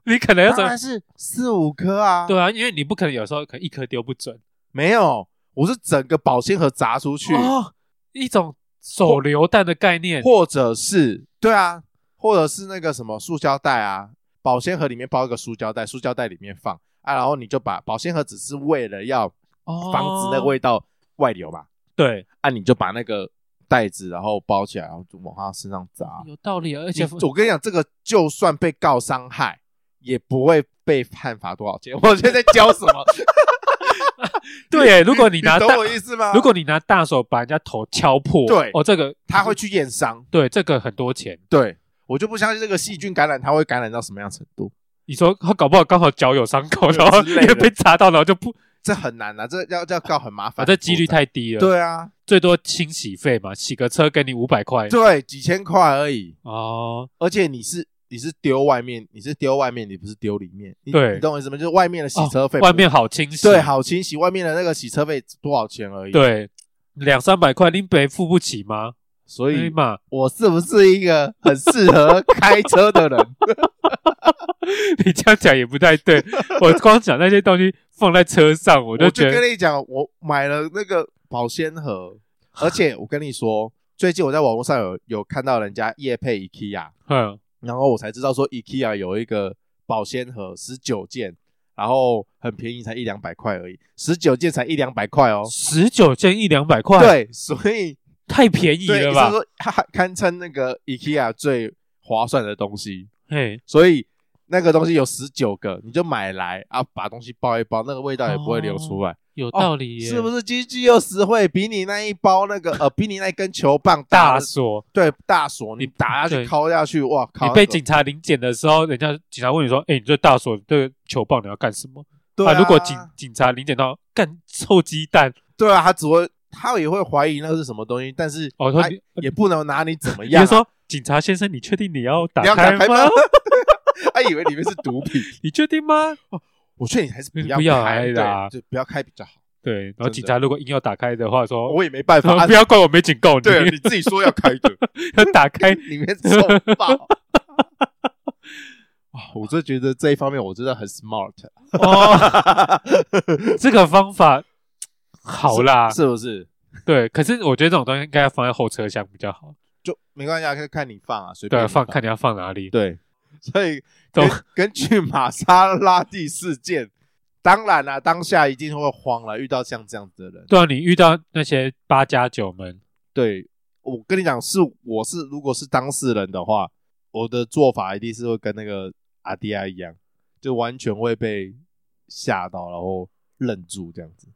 [SPEAKER 2] 你可能要怎
[SPEAKER 1] 当
[SPEAKER 2] 么
[SPEAKER 1] 然是四五颗啊，
[SPEAKER 2] 对，啊，因为你不可能有时候可能一颗丢不准，
[SPEAKER 1] 没有，我是整个保鲜盒砸出去，
[SPEAKER 2] 哦，一种手榴弹的概念，
[SPEAKER 1] 或者是对啊，或者是那个什么塑胶袋啊，保鲜盒里面包一个塑胶袋，塑胶袋里面放啊，然后你就把保鲜盒只是为了要
[SPEAKER 2] 哦
[SPEAKER 1] 防止那个味道外流嘛，
[SPEAKER 2] 对，
[SPEAKER 1] 啊，你就把那个袋子然后包起来，然后就往他身上砸。
[SPEAKER 2] 有道理啊，而
[SPEAKER 1] 你
[SPEAKER 2] 且
[SPEAKER 1] 我跟你讲，这个就算被告伤害，也不会被判罚多少钱。我现在教什 么？
[SPEAKER 2] 对耶，如果你
[SPEAKER 1] 你
[SPEAKER 2] 拿
[SPEAKER 1] 懂
[SPEAKER 2] 大
[SPEAKER 1] 我，意思吗？
[SPEAKER 2] 如果你拿大手把人家头敲破，
[SPEAKER 1] 对
[SPEAKER 2] 哦，这个
[SPEAKER 1] 他会去验伤，
[SPEAKER 2] 对这个很多钱，
[SPEAKER 1] 对我就不相信这个细菌感染，它会感染到什么样程度，
[SPEAKER 2] 你说他搞不好刚好脚有伤口，
[SPEAKER 1] 对
[SPEAKER 2] 然后
[SPEAKER 1] 之类的
[SPEAKER 2] 也被砸到，然后就不，
[SPEAKER 1] 这很难啊，这要要告很麻
[SPEAKER 2] 啊，
[SPEAKER 1] 烦，
[SPEAKER 2] 这几率太低了，，
[SPEAKER 1] 对啊，
[SPEAKER 2] 最多清洗费嘛，洗个车给你五百块，
[SPEAKER 1] 对，几千块而已，
[SPEAKER 2] 哦，
[SPEAKER 1] 而且你是。你是丢外面，你是丢外面，你不是丢里面，你
[SPEAKER 2] 对
[SPEAKER 1] 你懂我意思吗？就是外面的洗车费
[SPEAKER 2] 哦
[SPEAKER 1] 不，
[SPEAKER 2] 外面好清洗，啊
[SPEAKER 1] 对，好清洗，外面的那个洗车费多少钱而已。，
[SPEAKER 2] 对，两三百块林北付不起吗？
[SPEAKER 1] 所
[SPEAKER 2] 哎
[SPEAKER 1] 以
[SPEAKER 2] 嘛。
[SPEAKER 1] 我是不是一个很适合开车的人？
[SPEAKER 2] 你这样讲也不太对。我光讲那些东西放在车上， 我
[SPEAKER 1] 我
[SPEAKER 2] 就
[SPEAKER 1] 就
[SPEAKER 2] 觉得
[SPEAKER 1] 跟你讲，我买了那个保鲜盒，而且我跟你说，最近我在网络上有有看到人家夜配 IKEA，
[SPEAKER 2] 嗯，
[SPEAKER 1] 然后我才知道说 IKEA 有一个保鲜盒十九件，然后很便宜，才一两百块而已，十九件才一两百块哦。
[SPEAKER 2] 十九件一两百块，，
[SPEAKER 1] 对，所以
[SPEAKER 2] 太便宜
[SPEAKER 1] 对，
[SPEAKER 2] 了
[SPEAKER 1] 也就是
[SPEAKER 2] 吧？
[SPEAKER 1] 说它堪称那个 IKEA 最划算的东西。
[SPEAKER 2] 嘿，
[SPEAKER 1] 所以那个东西有十九个，你就买来啊，把东西包一包，那个味道也不会流出来，
[SPEAKER 2] 有道理
[SPEAKER 1] 哦
[SPEAKER 2] 耶，
[SPEAKER 1] 是不
[SPEAKER 2] 是？
[SPEAKER 1] 是？经济又实惠，比你那一包那个呃，比你那根球棒
[SPEAKER 2] 大
[SPEAKER 1] 大
[SPEAKER 2] 锁，
[SPEAKER 1] 对大锁，你打下
[SPEAKER 2] 对
[SPEAKER 1] 去敲下去，哇靠！
[SPEAKER 2] 你被警察临检的时候，人家警察问你说：“哎，你这大锁这个球棒你要干什么？”
[SPEAKER 1] 对啊，
[SPEAKER 2] 如果警警察临检到干臭鸡蛋，
[SPEAKER 1] 对啊，他只会他也会怀疑那是什么东西，但是
[SPEAKER 2] 哦说
[SPEAKER 1] 他
[SPEAKER 2] 你
[SPEAKER 1] 哎也不能拿你怎么
[SPEAKER 2] 你
[SPEAKER 1] 样
[SPEAKER 2] 就
[SPEAKER 1] 啊，
[SPEAKER 2] 说：“警察先生，你确定你要打
[SPEAKER 1] 你要
[SPEAKER 2] 开
[SPEAKER 1] 开
[SPEAKER 2] 吗？
[SPEAKER 1] 他以为里面是毒品，
[SPEAKER 2] 你确定吗
[SPEAKER 1] 我劝你还是不
[SPEAKER 2] 不要
[SPEAKER 1] 开
[SPEAKER 2] 开啦
[SPEAKER 1] 对，就不要开比较好。？”
[SPEAKER 2] 对，然后
[SPEAKER 1] 真的
[SPEAKER 2] 警察如果硬要打开的话，说：“
[SPEAKER 1] 我也没办法，啊
[SPEAKER 2] 不要怪我没警告你，
[SPEAKER 1] 对啊 你自 己说要开的，
[SPEAKER 2] 要打开
[SPEAKER 1] 里面臭爆。我就觉得这一方面我真的很 smart，啊
[SPEAKER 2] 哦，这个方法好啦，
[SPEAKER 1] 是不是？
[SPEAKER 2] 对。可是我觉得这种东西应该要放在后车厢比较好，
[SPEAKER 1] 就没关系啊，可以看你放啊，随便
[SPEAKER 2] 对，
[SPEAKER 1] 你
[SPEAKER 2] 放看你要放哪里。
[SPEAKER 1] 对，所以
[SPEAKER 2] 懂
[SPEAKER 1] 根根据玛莎拉蒂事件，当然啦、当下一定会慌了，遇到像这样子的人，
[SPEAKER 2] 对啊，你遇到那些八加九们，
[SPEAKER 1] 对我跟你讲，是我是如果是当事人的话，我的做法一定是会跟那个阿迪亚一样，就完全会被吓到，然后愣住这样子。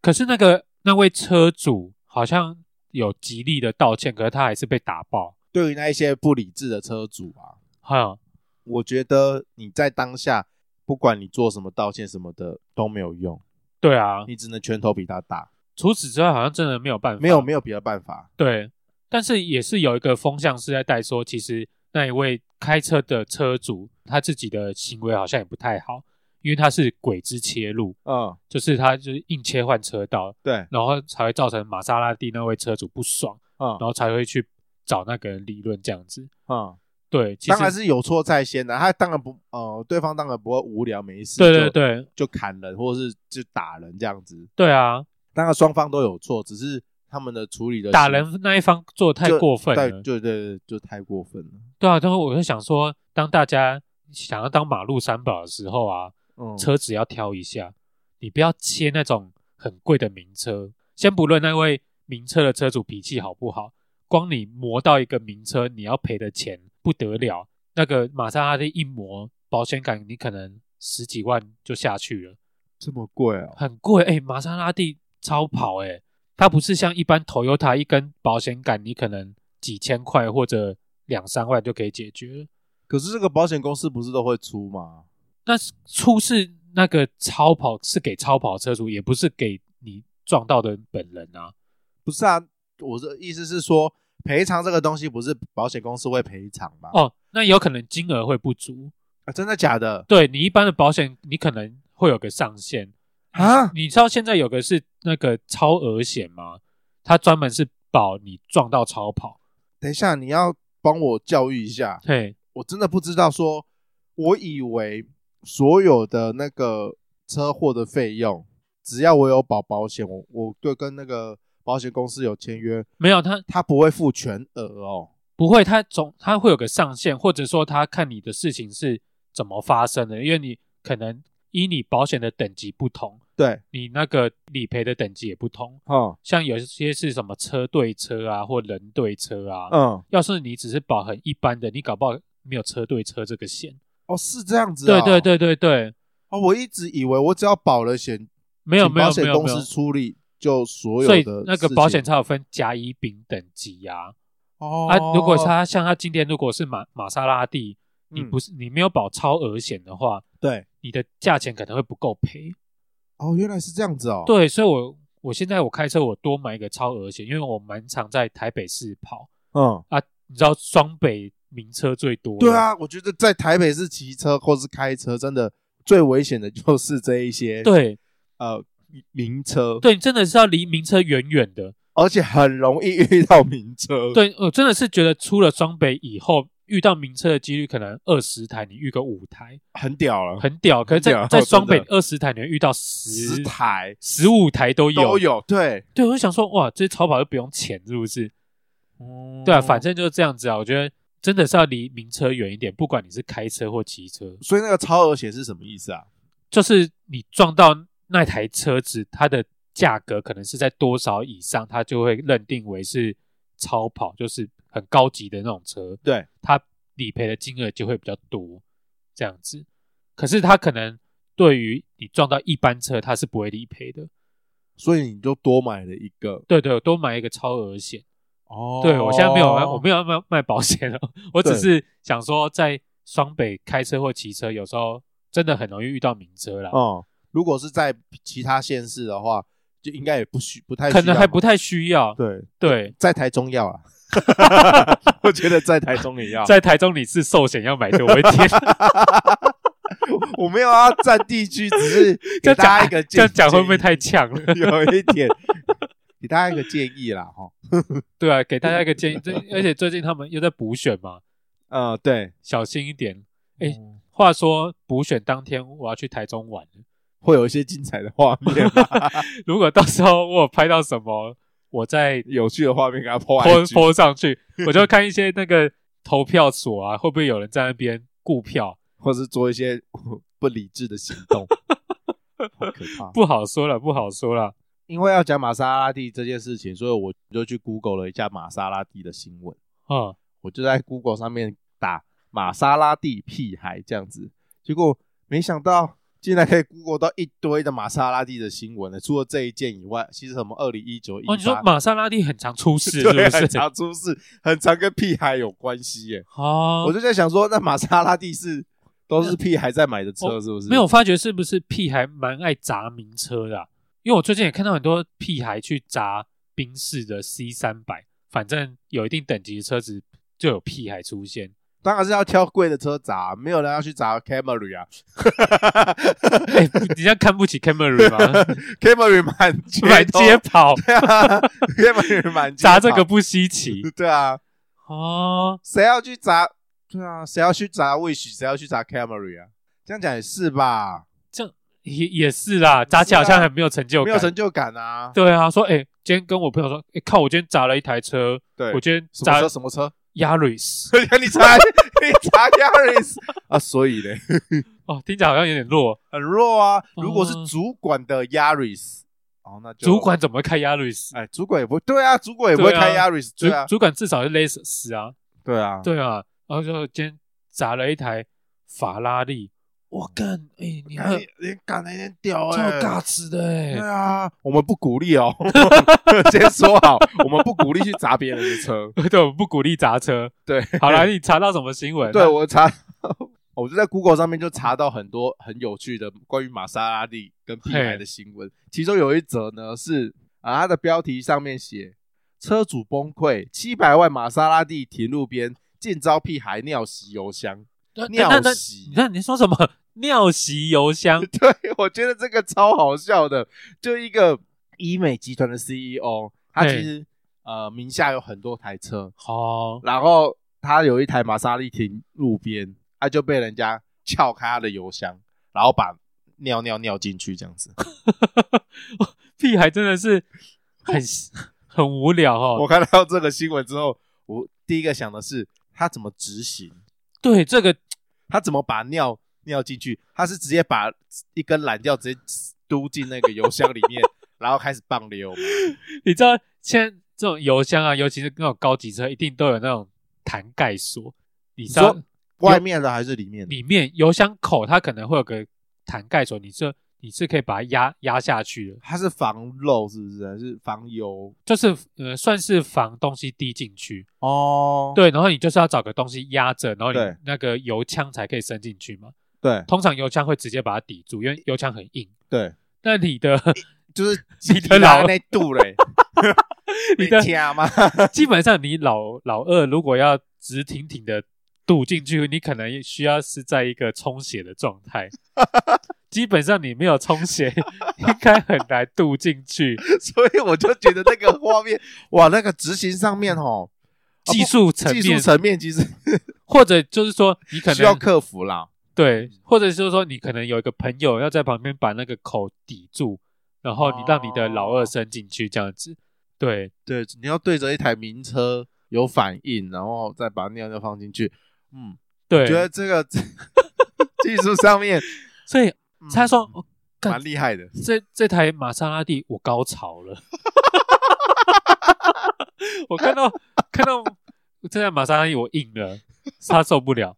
[SPEAKER 2] 可是那个那位车主好像有极力的道歉，可是他还是被打爆。
[SPEAKER 1] 对于那一些不理智的车主啊，
[SPEAKER 2] 哈、
[SPEAKER 1] 我觉得你在当下，不管你做什么道歉什么的都没有用，
[SPEAKER 2] 对啊。
[SPEAKER 1] 你只能拳头比他大，
[SPEAKER 2] 除此之外，好像真的没有办法，
[SPEAKER 1] 没有没有别的办法。
[SPEAKER 2] 对，但是也是有一个风向是在带说，其实那一位开车的车主他自己的行为好像也不太好，因为他是鬼之切入，
[SPEAKER 1] 嗯，
[SPEAKER 2] 就是他就是硬切换车道，
[SPEAKER 1] 对，
[SPEAKER 2] 然后才会造成玛莎拉蒂那位车主不爽，
[SPEAKER 1] 嗯
[SPEAKER 2] 然后才会去找那个人理论这样子。
[SPEAKER 1] 嗯，
[SPEAKER 2] 对，其实
[SPEAKER 1] 当然是有错在先的，他当然不，呃，对方当然不会无聊没事，
[SPEAKER 2] 对对，对
[SPEAKER 1] 就砍人或者是就打人这样子，
[SPEAKER 2] 对啊，
[SPEAKER 1] 当然双方都有错，只是他们的处理的
[SPEAKER 2] 打
[SPEAKER 1] 行为
[SPEAKER 2] 人那一方做得太
[SPEAKER 1] 就
[SPEAKER 2] 过分
[SPEAKER 1] 对
[SPEAKER 2] 了，
[SPEAKER 1] 对对对，就太过分了，
[SPEAKER 2] 对啊，但是我就想说，当大家想要当马路三宝的时候啊，
[SPEAKER 1] 嗯，
[SPEAKER 2] 车子要挑一下，你不要切那种很贵的名车。先不论那位名车的车主脾气好不好，光你磨到一个名车，你要赔的钱不得了。那个玛莎拉蒂一磨，保险杆你可能十几万就下去了，
[SPEAKER 1] 这么贵哦，
[SPEAKER 2] 很贵。哎、玛莎拉蒂超跑、哎，它不是像一般 Toyota 一根保险杆，你可能几千块或者两三万就可以解决了。
[SPEAKER 1] 可是这个保险公司不是都会出吗？
[SPEAKER 2] 那是出事那个超跑是给超跑车主，也不是给你撞到的本人啊。
[SPEAKER 1] 不是啊，我的意思是说，赔偿这个东西不是保险公司会赔偿吗？
[SPEAKER 2] 哦，那有可能金额会不足。
[SPEAKER 1] 啊，真的假的
[SPEAKER 2] 对你一般的保险，你可能会有个上限。
[SPEAKER 1] 啊？
[SPEAKER 2] 你知道现在有个是那个超额险吗？它专门是保你撞到超跑。
[SPEAKER 1] 等一下，你要帮我教育一下，
[SPEAKER 2] 对，
[SPEAKER 1] 我真的不知道说，我以为所有的那个车祸的费用，只要我有保保险，我我对跟那个保险公司有签约，
[SPEAKER 2] 没有它
[SPEAKER 1] 他不会付全额哦。
[SPEAKER 2] 不会，它总它会有个上限，或者说它看你的事情是怎么发生的，因为你可能依你保险的等级不同，
[SPEAKER 1] 对，
[SPEAKER 2] 你那个理赔的等级也不同。
[SPEAKER 1] 哦，
[SPEAKER 2] 像有一些是什么车对车啊，或人对车啊。
[SPEAKER 1] 嗯，
[SPEAKER 2] 要是你只是保很一般的，你搞不好没有车对车这个险。
[SPEAKER 1] 哦，是这样子、
[SPEAKER 2] 对
[SPEAKER 1] 哦，
[SPEAKER 2] 对，对对对，
[SPEAKER 1] 哦，我一直以为我只要保了险，
[SPEAKER 2] 没有
[SPEAKER 1] 请
[SPEAKER 2] 没有
[SPEAKER 1] 保
[SPEAKER 2] 没
[SPEAKER 1] 险
[SPEAKER 2] 有
[SPEAKER 1] 公
[SPEAKER 2] 没有
[SPEAKER 1] 司。处理就所有的
[SPEAKER 2] 所
[SPEAKER 1] 事
[SPEAKER 2] 以
[SPEAKER 1] 情，
[SPEAKER 2] 那个保险才有分甲乙丙等级啊。
[SPEAKER 1] 哦，
[SPEAKER 2] 啊，如果是他像他今天如果是玛玛莎拉蒂，你
[SPEAKER 1] 嗯
[SPEAKER 2] 不是你没有保超额险的话，
[SPEAKER 1] 对，
[SPEAKER 2] 你的价钱可能会不够赔。
[SPEAKER 1] 哦，原来是这样子哦，，
[SPEAKER 2] 对，所以我我现在我开车我多买一个超额险，因为我蛮常在台北市跑
[SPEAKER 1] 嗯，
[SPEAKER 2] 啊，你知道双北名车最多。
[SPEAKER 1] 对。啊，我觉得在台北市骑车或是开车，真的最危险的就是这一些，，
[SPEAKER 2] 对，
[SPEAKER 1] 呃，名车，，
[SPEAKER 2] 对，你真的是要离名车远远的。
[SPEAKER 1] 而且很容易遇到名车，，
[SPEAKER 2] 对，我真的是觉得出了双北以后，遇到名车的几率可能二十台，你遇个五台，
[SPEAKER 1] 很屌了，
[SPEAKER 2] 很屌。可是在，
[SPEAKER 1] 哦很屌哦
[SPEAKER 2] 在双北
[SPEAKER 1] 真
[SPEAKER 2] 二十台，你会遇到十
[SPEAKER 1] 十、台
[SPEAKER 2] 十五台都有。
[SPEAKER 1] 都有，对，
[SPEAKER 2] 对，我就想说，哇，这些超跑又不用钱，是不是？对
[SPEAKER 1] 哦
[SPEAKER 2] 啊，反正就是这样子啊。我觉得真的是要离名车远一点，不管你是开车或骑车，
[SPEAKER 1] 所以那个超额险是什么意思啊？
[SPEAKER 2] 就是你撞到那台车子，它的价格可能是在多少以上，它就会认定为是超跑，就是很高级的那种车。
[SPEAKER 1] 对，
[SPEAKER 2] 它理赔的金额就会比较多，这样子。可是它可能对于你撞到一般车，它是不会理赔的。
[SPEAKER 1] 所以你就多买了一个
[SPEAKER 2] 对对，我多买一个超额险。
[SPEAKER 1] 哦
[SPEAKER 2] 对我现在没有卖，我没有卖卖保险哦，我只
[SPEAKER 1] 对
[SPEAKER 2] 是想说，在双北开车或骑车，有时候真的很容易遇到名车啦。
[SPEAKER 1] 哦、如果是在其他县市的话，就应该也不需不太需
[SPEAKER 2] 可
[SPEAKER 1] 要
[SPEAKER 2] 能还不
[SPEAKER 1] 嘛
[SPEAKER 2] 太需要，
[SPEAKER 1] 对，
[SPEAKER 2] 对，
[SPEAKER 1] 在台中要 啊，我觉得在台中也要，
[SPEAKER 2] 在台中你是寿险要买多一点，
[SPEAKER 1] 我没有要占地区，只是
[SPEAKER 2] 这
[SPEAKER 1] 给
[SPEAKER 2] 样
[SPEAKER 1] 大家
[SPEAKER 2] 讲
[SPEAKER 1] 一个
[SPEAKER 2] 这样讲
[SPEAKER 1] 建议？
[SPEAKER 2] 会不会太呛了
[SPEAKER 1] 有一点？给大家一个建议啦，哈，
[SPEAKER 2] 对啊，给大家一 个建议，最而且最近他们又在补选嘛，
[SPEAKER 1] 嗯，对，哦
[SPEAKER 2] 小心一点。哎、话说补选当天我要去台中玩，
[SPEAKER 1] 会有一些精彩的画面啊吗，
[SPEAKER 2] 如果到时候我有拍到什么，我再
[SPEAKER 1] 有趣的画面给他抛
[SPEAKER 2] 泼泼上去，我就看一些那个投票所啊，会不会有人在那边顾票？
[SPEAKER 1] 或是做一些 不理智的行动，好可怕。
[SPEAKER 2] 不好说了，不好说了。
[SPEAKER 1] 因为要讲玛莎拉蒂这件事情，所以我就去 Google 了一下玛莎拉蒂的新闻。
[SPEAKER 2] 嗯，
[SPEAKER 1] 我就在 Google 上面打玛莎拉蒂屁孩这样子，结果没想到竟然可以 Google 到一堆的玛莎拉蒂的新闻呢。除了这一件以外，其实什么二零一九一
[SPEAKER 2] 哦，你说玛莎拉蒂很常出事，是 不
[SPEAKER 1] 对，很
[SPEAKER 2] 是？
[SPEAKER 1] 常出事，很常跟屁孩有关系耶。
[SPEAKER 2] 哦，
[SPEAKER 1] 我就在想说，那玛莎拉蒂是都是屁孩在买的车，
[SPEAKER 2] 哦
[SPEAKER 1] 是不是？
[SPEAKER 2] 没有，发觉是不是屁孩蛮爱砸名车的啊、因为我最近也看到很多屁孩去砸宾士的 C 三百，反正有一定等级的车子就有屁孩 出现。
[SPEAKER 1] 当然是要挑贵的车砸，没有人要去砸 Camry 啊。
[SPEAKER 2] 哎、你这样看不起 Camry 吗？
[SPEAKER 1] Camry 满街
[SPEAKER 2] 满
[SPEAKER 1] 都
[SPEAKER 2] 街跑，
[SPEAKER 1] 对啊，Camry 满街
[SPEAKER 2] 砸这个
[SPEAKER 1] 跑
[SPEAKER 2] 不稀奇
[SPEAKER 1] 对啊，
[SPEAKER 2] 哦。
[SPEAKER 1] 谁要去砸？对啊，谁要去砸 Wish？谁要去砸 Camry 啊？这样讲也是吧，
[SPEAKER 2] 也也是啦，砸起来好像很没有成就
[SPEAKER 1] 没
[SPEAKER 2] 感。
[SPEAKER 1] 有成就感啊。
[SPEAKER 2] 对啊，说哎、今天跟我朋友说，哎、靠，我今天砸了一台车，
[SPEAKER 1] 对，
[SPEAKER 2] 我今天
[SPEAKER 1] 什么
[SPEAKER 2] 砸
[SPEAKER 1] 车？什么车？
[SPEAKER 2] Yaris，
[SPEAKER 1] 所以你砸 你砸 Yaris 啊，所以呢，
[SPEAKER 2] 哦，听起来好像有点弱。
[SPEAKER 1] 很弱啊。
[SPEAKER 2] 哦
[SPEAKER 1] 如果是主管的 Yaris，哦，那就
[SPEAKER 2] 主管怎么会开 Yaris？
[SPEAKER 1] 哎，主管也不会对啊，主管也不会
[SPEAKER 2] 对啊
[SPEAKER 1] 开 Yaris，
[SPEAKER 2] 主
[SPEAKER 1] 对啊，
[SPEAKER 2] 主管至少是 Lexus 啊，
[SPEAKER 1] 对啊，
[SPEAKER 2] 对啊，然后就今天砸了一台法拉利，我干，哎、你
[SPEAKER 1] 干，
[SPEAKER 2] 很
[SPEAKER 1] 你你敢那点屌
[SPEAKER 2] 超
[SPEAKER 1] 哎，
[SPEAKER 2] 尬值的哎、
[SPEAKER 1] 对啊，我们不鼓励哦， 先说好，我们不鼓励去砸别人的车。
[SPEAKER 2] 对，我们不鼓励砸车。
[SPEAKER 1] 对，
[SPEAKER 2] 好 了，你查到什么新闻？
[SPEAKER 1] 对我查，我就在 Google 上面就查到很多很有趣的关于玛莎拉蒂跟屁孩的新闻，其中有一则呢是啊，它的标题上面写车主崩溃，七百万玛莎拉蒂停路边，见招屁孩尿袭油箱。
[SPEAKER 2] 那
[SPEAKER 1] 尿
[SPEAKER 2] 那那
[SPEAKER 1] 袭
[SPEAKER 2] 那你说什么？尿袭油 箱？
[SPEAKER 1] 对，我觉得这个超好笑的，就一个医美集团的 CEO，他
[SPEAKER 2] 嘿
[SPEAKER 1] 其实呃名下有很多台车，
[SPEAKER 2] 好，
[SPEAKER 1] 然后他有一台玛莎拉蒂停路边，他就被人家撬开他的油箱，然后把尿尿尿进去这样子。
[SPEAKER 2] 屁孩真的是很很无聊
[SPEAKER 1] 我
[SPEAKER 2] 哦。
[SPEAKER 1] 看到这个新闻之后，我第一个想的是他怎么执行，
[SPEAKER 2] 对，这个
[SPEAKER 1] 他怎么把尿尿进去？他是直接把一根懒掉直接嘟进那个油箱里面，然后开始棒溜吗。
[SPEAKER 2] 你知道，现在这种油箱啊，尤其是那种高级车，一定都有那种弹盖锁。你知道
[SPEAKER 1] 你说外面的还是里面的？
[SPEAKER 2] 里面油箱口它可能会有个弹盖锁，你这你是可以把它压压下去的，
[SPEAKER 1] 它是防漏是不是？还是防油？
[SPEAKER 2] 就是呃算是防东西滴进去。
[SPEAKER 1] 哦
[SPEAKER 2] 对，然后你就是要找个东西压着，然后你
[SPEAKER 1] 对
[SPEAKER 2] 那个油枪才可以伸进去嘛。
[SPEAKER 1] 对
[SPEAKER 2] 通常油枪会直接把它抵住，因为油枪很硬。
[SPEAKER 1] 对，
[SPEAKER 2] 那你的
[SPEAKER 1] 就是
[SPEAKER 2] 你的老
[SPEAKER 1] 那度嘞，
[SPEAKER 2] 你的
[SPEAKER 1] 听吗？
[SPEAKER 2] 基本上你老老二如果要直挺挺的堵进去，你可能需要是在一个充血的状态。基本上你没有充血， 应该很难堵进去。
[SPEAKER 1] 所以我就觉得那个画面， 哇，那个执行上面哦，啊
[SPEAKER 2] 技术层
[SPEAKER 1] 不技
[SPEAKER 2] 面
[SPEAKER 1] 术，层面其实
[SPEAKER 2] 或者就是说你可
[SPEAKER 1] 需要
[SPEAKER 2] 能
[SPEAKER 1] 克服啦。
[SPEAKER 2] 对，或者就是说你可能有一个朋友要在旁边把那个口抵住，然后你让你的老二伸进去这样
[SPEAKER 1] 哦
[SPEAKER 2] 子。对，
[SPEAKER 1] 对，你要对着一台名车有反应，然后再把尿尿放进去。嗯，
[SPEAKER 2] 对，
[SPEAKER 1] 觉得这个 技术上面，
[SPEAKER 2] 所以
[SPEAKER 1] 嗯
[SPEAKER 2] 他说、哦、干
[SPEAKER 1] 蛮厉害的。
[SPEAKER 2] 这这台玛莎拉蒂我高潮了， 我看到看到这台玛莎拉蒂我硬了，他受不了，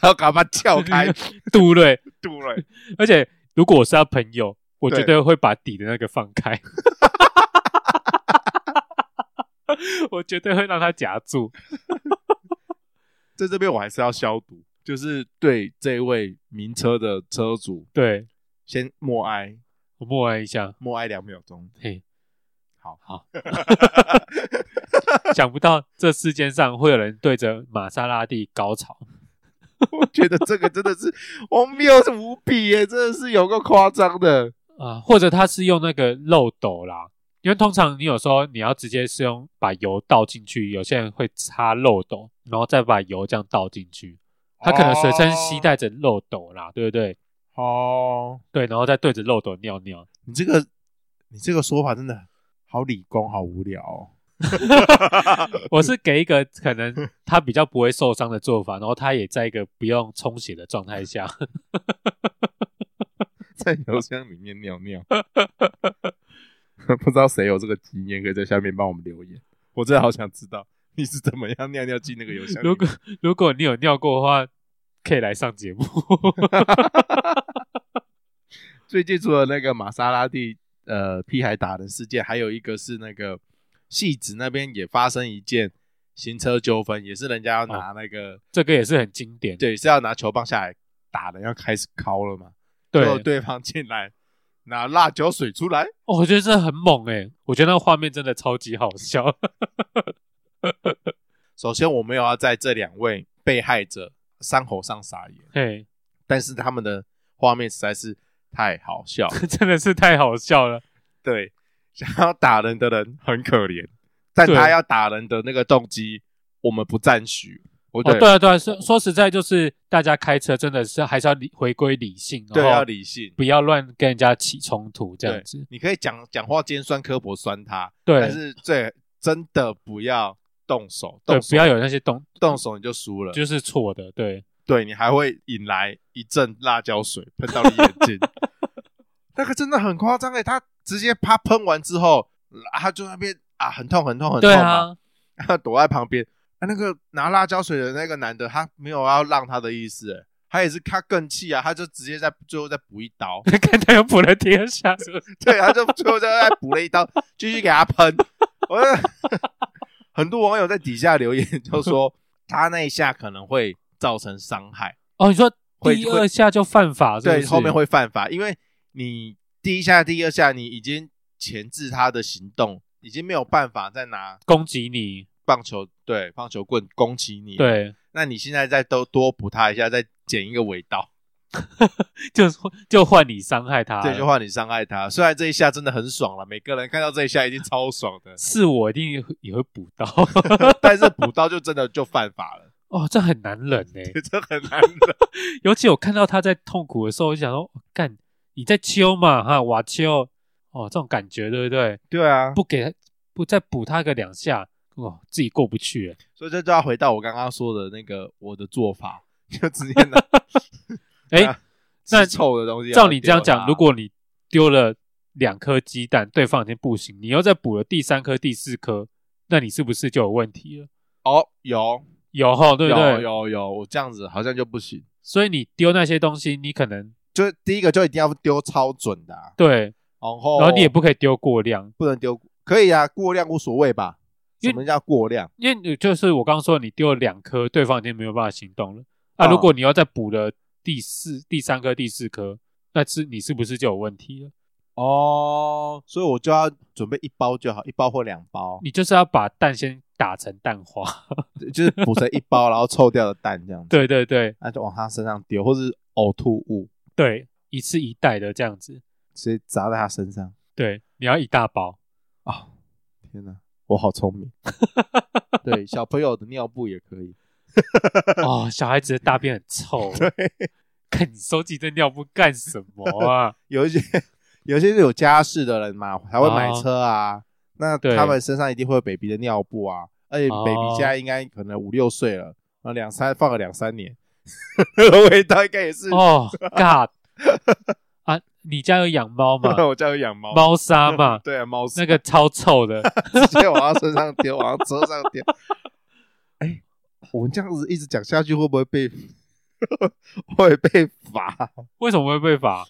[SPEAKER 1] 然后赶快撬开，
[SPEAKER 2] 对不对？
[SPEAKER 1] 度 嘞，
[SPEAKER 2] 而且如果我是他朋友，我
[SPEAKER 1] 对
[SPEAKER 2] 绝对会把底的那个放 开，我绝对会让他夹住。
[SPEAKER 1] 在这边我还是要消毒，就是对这位名车的车主
[SPEAKER 2] 对
[SPEAKER 1] 先默哀，
[SPEAKER 2] 我默哀一下，
[SPEAKER 1] 默哀两秒钟。
[SPEAKER 2] 嘿，
[SPEAKER 1] 好
[SPEAKER 2] 好，想不到这世界上会有人对着玛莎拉蒂高潮。
[SPEAKER 1] 我觉得这个真的是荒谬无比耶，真的是有个夸张的。
[SPEAKER 2] 啊、或者它是用那个漏斗啦，因为通常你有时候你要直接是用把油倒进去，有些人会插漏斗，然后再把油这样倒进去。他可能随身携带着漏斗啦，对不对？
[SPEAKER 1] 哦，
[SPEAKER 2] 对，然后再对着漏斗尿尿。
[SPEAKER 1] 你这个你这个说法真的好理工，好无聊、 哦。
[SPEAKER 2] 我是给一个可能他比较不会受伤的做法，然后他也在一个不用充血的状态下。
[SPEAKER 1] 在邮箱里面尿尿。不知道谁有这个经验，可以在下面帮我们留言。我真的好想知道你是怎么样尿尿进那个邮箱里面。
[SPEAKER 2] 如果如果你有尿过的话，可以来上节 目。
[SPEAKER 1] 最近除了那个玛莎拉蒂呃屁孩打人事件，还有一个是那个戏子那边也发生一件行车纠纷，也是人家要拿那个、
[SPEAKER 2] 这个也是很经典，
[SPEAKER 1] 对是要拿球棒下来打人，要开始敲了嘛。
[SPEAKER 2] 对
[SPEAKER 1] 结果对方进来拿辣椒水出来，
[SPEAKER 2] 哦我觉得真的很猛哎、我觉得那个画面真的超级好笑。
[SPEAKER 1] 首先我没有要在这两位被害者伤口上撒盐，
[SPEAKER 2] 嘿，
[SPEAKER 1] 但是他们的画面实在是太好笑了。
[SPEAKER 2] 真的是太好笑了。
[SPEAKER 1] 对，想要打人的人很可怜，但
[SPEAKER 2] 对
[SPEAKER 1] 他要打人的那个动机，我们不赞许。我
[SPEAKER 2] 哦，
[SPEAKER 1] 对、
[SPEAKER 2] 对啊，对啊，说说实在，就是大家开车真的是还是要理回归理性，
[SPEAKER 1] 对
[SPEAKER 2] 然后
[SPEAKER 1] 要理性，
[SPEAKER 2] 不要乱跟人家起冲突这样
[SPEAKER 1] 对
[SPEAKER 2] 子。
[SPEAKER 1] 你可以讲讲话尖酸刻薄酸他，
[SPEAKER 2] 对
[SPEAKER 1] 但是最真的不要动手，
[SPEAKER 2] 对，
[SPEAKER 1] 动手
[SPEAKER 2] 不要有那些动，
[SPEAKER 1] 动手你就输了，
[SPEAKER 2] 就是错的。对，
[SPEAKER 1] 对你还会引来一阵辣椒水喷到你眼 睛，那个真的很夸张哎，他直接啪喷完之后，啊他就那边啊很痛很痛很痛
[SPEAKER 2] 对
[SPEAKER 1] 嘛，
[SPEAKER 2] 啊，，
[SPEAKER 1] 他 躲在旁边。啊，那个拿辣椒水的那个男的，他没有要让他的意思欸，他也是他更气啊，他就直接在最后再补一刀
[SPEAKER 2] 看他又补了第二下，是不是？
[SPEAKER 1] 对，他就最后再再补了一刀， 继续给他喷。我 就很多网友在底下留言就说，他那一下可能会造成伤害，
[SPEAKER 2] 哦，你说
[SPEAKER 1] 会
[SPEAKER 2] 第二下就犯法，是不
[SPEAKER 1] 对，
[SPEAKER 2] 是
[SPEAKER 1] 后面会犯法，因为你第一下、第二下你已经钳制他的行动，已经没有办法再拿
[SPEAKER 2] 攻击你。
[SPEAKER 1] 棒球对棒球棍攻击你，。
[SPEAKER 2] 对，
[SPEAKER 1] 那你现在再都多补他一下，再剪一个尾刀，
[SPEAKER 2] 就是就换你伤害他了。，
[SPEAKER 1] 这句话你伤害他。虽然这一下真的很爽了，每个人看到这一下一定超爽的
[SPEAKER 2] 是我一定也会补 刀。
[SPEAKER 1] 但是补刀就真的就犯法了，
[SPEAKER 2] 哦，这很难忍呢、
[SPEAKER 1] 这很难的。
[SPEAKER 2] 尤其我看到他在痛苦的时候，我就想说，哦干、你在揪嘛哈，哇揪，哦，这种感觉对不 对？
[SPEAKER 1] 对啊，
[SPEAKER 2] 不给他，不再补他个两下，哦，自己过不去了。
[SPEAKER 1] 所以这就要回到我刚刚说的那个我的做法，就直接 拿
[SPEAKER 2] 哎、
[SPEAKER 1] 啊
[SPEAKER 2] 那
[SPEAKER 1] 吃臭的东西。
[SPEAKER 2] 照你这样
[SPEAKER 1] 然
[SPEAKER 2] 讲，
[SPEAKER 1] 后丢
[SPEAKER 2] 如
[SPEAKER 1] 啊
[SPEAKER 2] 果你丢了两颗鸡蛋，对方已经不行，你又再补了第三颗、第四颗，那你是不是就有问题了？
[SPEAKER 1] 它哦有
[SPEAKER 2] 有吼，对不
[SPEAKER 1] 有
[SPEAKER 2] 对？
[SPEAKER 1] 有有，我这样子好像就不行。
[SPEAKER 2] 所以你丢那些东西，你可能
[SPEAKER 1] 就是第一个就一定要丢超准的啊、
[SPEAKER 2] 对，
[SPEAKER 1] 然后
[SPEAKER 2] 然后你也不可以丢过量，
[SPEAKER 1] 不能丢，可以啊，过量无所谓吧？
[SPEAKER 2] 因
[SPEAKER 1] 什
[SPEAKER 2] 为
[SPEAKER 1] 么叫过量？
[SPEAKER 2] 因为你就是我刚刚说，你丢了两颗，对方已经没有办法行动了。啊，
[SPEAKER 1] 嗯
[SPEAKER 2] 如果你要再补了第四、第三颗、第四颗，那是你是不是就有问题了？
[SPEAKER 1] 哦，所以我就要准备一包就好，一包或两包，
[SPEAKER 2] 你就是要把蛋先打成蛋花，
[SPEAKER 1] 就是补成一包，然后臭掉的蛋这样子，
[SPEAKER 2] 对对对
[SPEAKER 1] 那就往他身上丢，或是呕吐物
[SPEAKER 2] 对，一次一袋的这样子，
[SPEAKER 1] 直接砸在他身上。
[SPEAKER 2] 对，你要一大包，
[SPEAKER 1] 啊、
[SPEAKER 2] 哦
[SPEAKER 1] 天哪，我好聪 明！对，小朋友的尿布也可以。
[SPEAKER 2] 哦，小孩子的大便很臭。
[SPEAKER 1] 对，
[SPEAKER 2] 看你收集这尿布干什么 啊？
[SPEAKER 1] 有一些有一些是有家室的人嘛，才会买
[SPEAKER 2] 哦
[SPEAKER 1] 车啊，那
[SPEAKER 2] 对
[SPEAKER 1] 他们身上一定会有 baby 的尿布啊，而且
[SPEAKER 2] 哦
[SPEAKER 1] baby 现在应该可能五六岁了，啊，两三放了两三年， 那个味道应该也是。
[SPEAKER 2] 哦，God 啊，你家有养猫吗？
[SPEAKER 1] 我家有养猫，，
[SPEAKER 2] 猫砂嘛
[SPEAKER 1] 对啊，猫砂
[SPEAKER 2] 那个超臭的。
[SPEAKER 1] 直接往他身上丢，往他车上丢。哎、我们这样子一直讲下去，会不会被会被罚？
[SPEAKER 2] 为什么会被罚？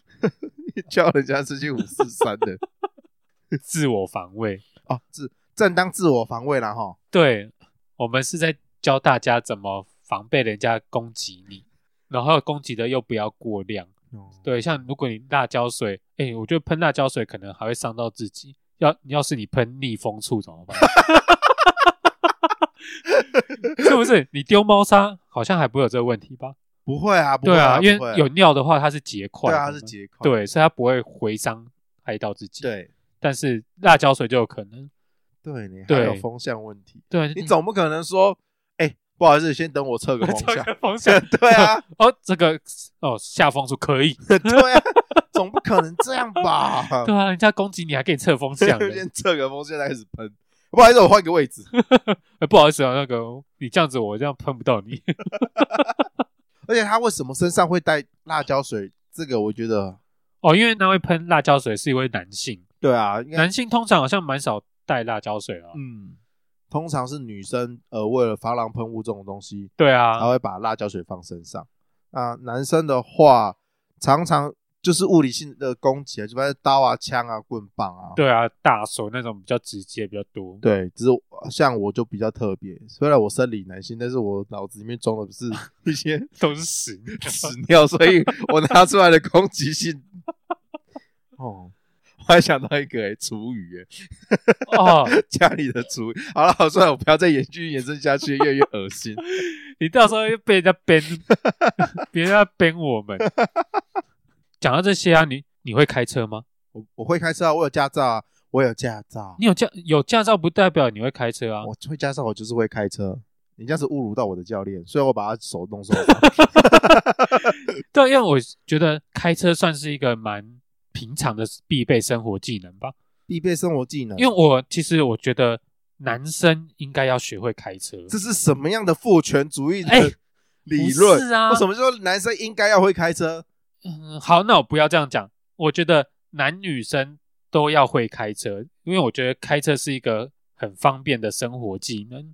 [SPEAKER 1] 叫人家是去五四三的
[SPEAKER 2] 自我防卫。
[SPEAKER 1] 哦，自正当自我防卫啦哈。
[SPEAKER 2] 对，我们是在教大家怎么防备人家攻击你，然后攻击的又不要过量。
[SPEAKER 1] 哦
[SPEAKER 2] 对，像如果你辣椒水，哎，我觉得喷辣椒水可能还会伤到自己。要要是你喷逆风醋怎么办？ 是不是？你丢猫砂好像还不会有这个问题吧？
[SPEAKER 1] 不会啊，不会
[SPEAKER 2] 对啊，因
[SPEAKER 1] 不会
[SPEAKER 2] 为有尿的话它是结块
[SPEAKER 1] 对
[SPEAKER 2] 的
[SPEAKER 1] 啊，
[SPEAKER 2] 嘛，
[SPEAKER 1] 它是结块，
[SPEAKER 2] 对，所以它不会回伤害到自己。，
[SPEAKER 1] 对
[SPEAKER 2] 但是辣椒水就有可能。
[SPEAKER 1] 对，你还
[SPEAKER 2] 对嗯
[SPEAKER 1] 有风向问题，
[SPEAKER 2] 对，
[SPEAKER 1] 你总不可能说，哎，不好意思，先等我测个风
[SPEAKER 2] 这
[SPEAKER 1] 向。
[SPEAKER 2] 个风向
[SPEAKER 1] 对啊，
[SPEAKER 2] 哦，这个哦下风速可以，
[SPEAKER 1] 对啊，总不可能这样吧？
[SPEAKER 2] 对啊，人家攻击你还给你测风 向嘞，
[SPEAKER 1] 先测个风向再开始喷。不好意思，我换个位置。
[SPEAKER 2] 哎不好意思啊，那个你这样子我这样喷不到你，
[SPEAKER 1] 而且他为什么身上会带辣椒水？这个我觉得，
[SPEAKER 2] 哦，因为那会喷辣椒水是一位男性，
[SPEAKER 1] 对啊，应该
[SPEAKER 2] 男性通常好像蛮少带辣椒水啊，
[SPEAKER 1] 嗯，通常是女生呃为了防狼喷雾这种东西，
[SPEAKER 2] 对
[SPEAKER 1] 才
[SPEAKER 2] 啊，
[SPEAKER 1] 会把辣椒水放身上。啊，男生的话，常常就是物理性的攻击啊，就反正刀啊、枪啊、棍棒啊。
[SPEAKER 2] 对啊，大手那种比较直接比较多，
[SPEAKER 1] 对，只是我像我就比较特别，虽然我生理男性，但是我脑子里面装的是 一些
[SPEAKER 2] 都是屎，
[SPEAKER 1] 屎尿，所以我拿出来的攻击性。 哦，我还想到一个诶、厨余、欸，
[SPEAKER 2] 哦，
[SPEAKER 1] 家里的厨余。好了，好，算了，我不要再延续延伸下去，越来越恶心。
[SPEAKER 2] 你到时候又被人家编，别人家编我们。讲到这些啊，你你会开车吗？
[SPEAKER 1] 我我会开车啊，我有驾照啊，我有驾照，啊
[SPEAKER 2] 你有驾有驾照不代表你会开车啊。
[SPEAKER 1] 我会驾照，我就是会开车。你这样子侮辱到我的教练，虽然我把他手弄 受伤。
[SPEAKER 2] 对，因为我觉得开车算是一个蛮平常的必备生活技能吧。
[SPEAKER 1] 必备生活技能，
[SPEAKER 2] 因为我其实我觉得男生应该要学会开车。
[SPEAKER 1] 这是什么样的父权主义的
[SPEAKER 2] 哎
[SPEAKER 1] 理论？
[SPEAKER 2] 不是啊
[SPEAKER 1] 为什么说男生应该要会开车？
[SPEAKER 2] 嗯，好，那我不要这样讲。我觉得男女生都要会开车，因为我觉得开车是一个很方便的生活技能。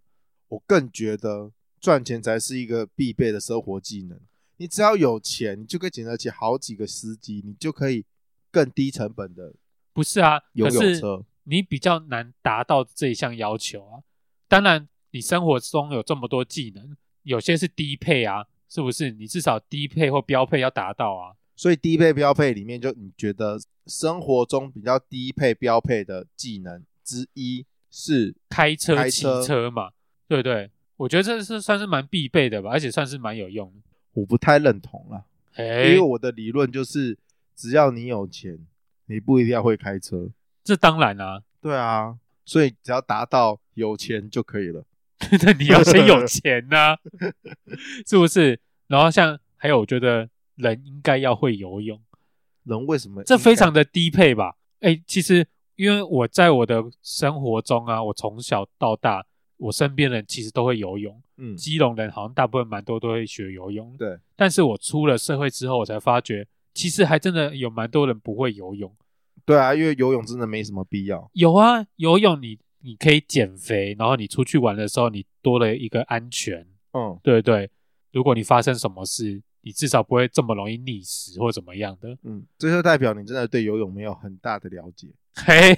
[SPEAKER 1] 我更觉得赚钱才是一个必备的生活技能。你只要有钱，你就可以请得起好几个司机，你就可以更低成本的
[SPEAKER 2] 不是啊，
[SPEAKER 1] 拥
[SPEAKER 2] 可
[SPEAKER 1] 有
[SPEAKER 2] 是
[SPEAKER 1] 车。
[SPEAKER 2] 你比较难达到这一项要求啊。当然，你生活中有这么多技能，有些是低配啊，是不是？你至少低配或标配要达到啊。
[SPEAKER 1] 所以低配标配里面，就你觉得生活中比较低配标配的技能之一是
[SPEAKER 2] 开车、
[SPEAKER 1] 开
[SPEAKER 2] 骑
[SPEAKER 1] 车
[SPEAKER 2] 车嘛，对不对？我觉得这是算是蛮必备的吧，而且算是蛮有用的。
[SPEAKER 1] 我不太认同啦，因
[SPEAKER 2] 哎
[SPEAKER 1] 为，我的理论就是，只要你有钱，你不一定要会开车。
[SPEAKER 2] 这当然啦、
[SPEAKER 1] 对啊，所以只要达到有钱就可以了。
[SPEAKER 2] 那你要先 有钱呐、是不是？然后像还有，我觉得人应该要会游泳。
[SPEAKER 1] 人为什么
[SPEAKER 2] 这
[SPEAKER 1] 应该
[SPEAKER 2] 非常的低配吧？哎，其实因为我在我的生活中啊，我从小到大，我身边人其实都会游泳。
[SPEAKER 1] 嗯
[SPEAKER 2] 基隆人好像大部分蛮多都会学游泳，
[SPEAKER 1] 对。
[SPEAKER 2] 但是我出了社会之后，我才发觉，其实还真的有蛮多人不会游泳。
[SPEAKER 1] 对啊，因为游泳真的没什么必要。
[SPEAKER 2] 有啊，游泳你你可以减肥，然后你出去玩的时候，你多了一个安全，
[SPEAKER 1] 嗯，
[SPEAKER 2] 对不对？如果你发生什么事，你至少不会这么容易溺死或怎么样的。
[SPEAKER 1] 嗯，这就代表你真的对游泳没有很大的了解。
[SPEAKER 2] 嘿，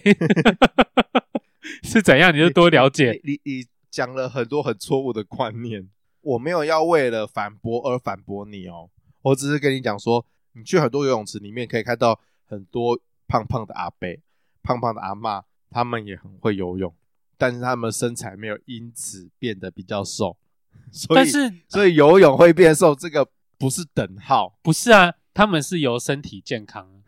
[SPEAKER 2] 是怎样？你就多了解。
[SPEAKER 1] 你你你讲了很多很错误的观念，我没有要为了反驳而反驳你哦，我只是跟你讲说，你去很多游泳池里面可以看到很多胖胖的阿伯、胖胖的阿嬷，他们也很会游泳，但是他们身材没有因此变得比较瘦， 所以
[SPEAKER 2] 但是
[SPEAKER 1] 所以游泳会变瘦，这个不是等号。
[SPEAKER 2] 不是啊？他们是由身体健 康，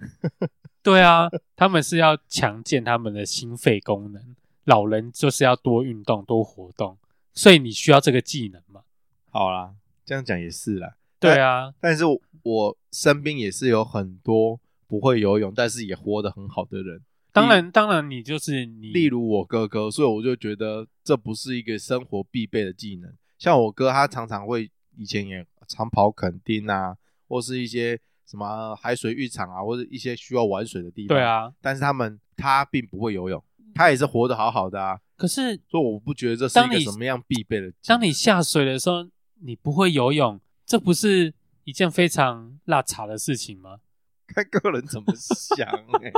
[SPEAKER 2] 对啊，他们是要强健他们的心肺功能。老人就是要多运动、多活动，所以你需要这个技能嘛？
[SPEAKER 1] 好啦，这样讲也是啦。
[SPEAKER 2] 对啊，
[SPEAKER 1] 但是我我身边也是有很多不会游泳，但是也活得很好的
[SPEAKER 2] 嗯
[SPEAKER 1] 人，
[SPEAKER 2] 当然，当然，你就是你，
[SPEAKER 1] 例如我哥哥，所以我就觉得这不是一个生活必备的技能。像我哥，他常常会以前也常跑垦丁啊，或是一些什么海水浴场啊，或者一些需要玩水的地方。
[SPEAKER 2] 对，啊。
[SPEAKER 1] 但是他们他并不会游泳，他也是活得好好的啊，
[SPEAKER 2] 可是
[SPEAKER 1] 所以我不觉得这是一
[SPEAKER 2] 当
[SPEAKER 1] 个
[SPEAKER 2] 你
[SPEAKER 1] 什么样必备的技能。
[SPEAKER 2] 当你下水的时候，你不会游泳，这不是一件非常辣茶的事情吗？
[SPEAKER 1] 看个人怎么想、欸，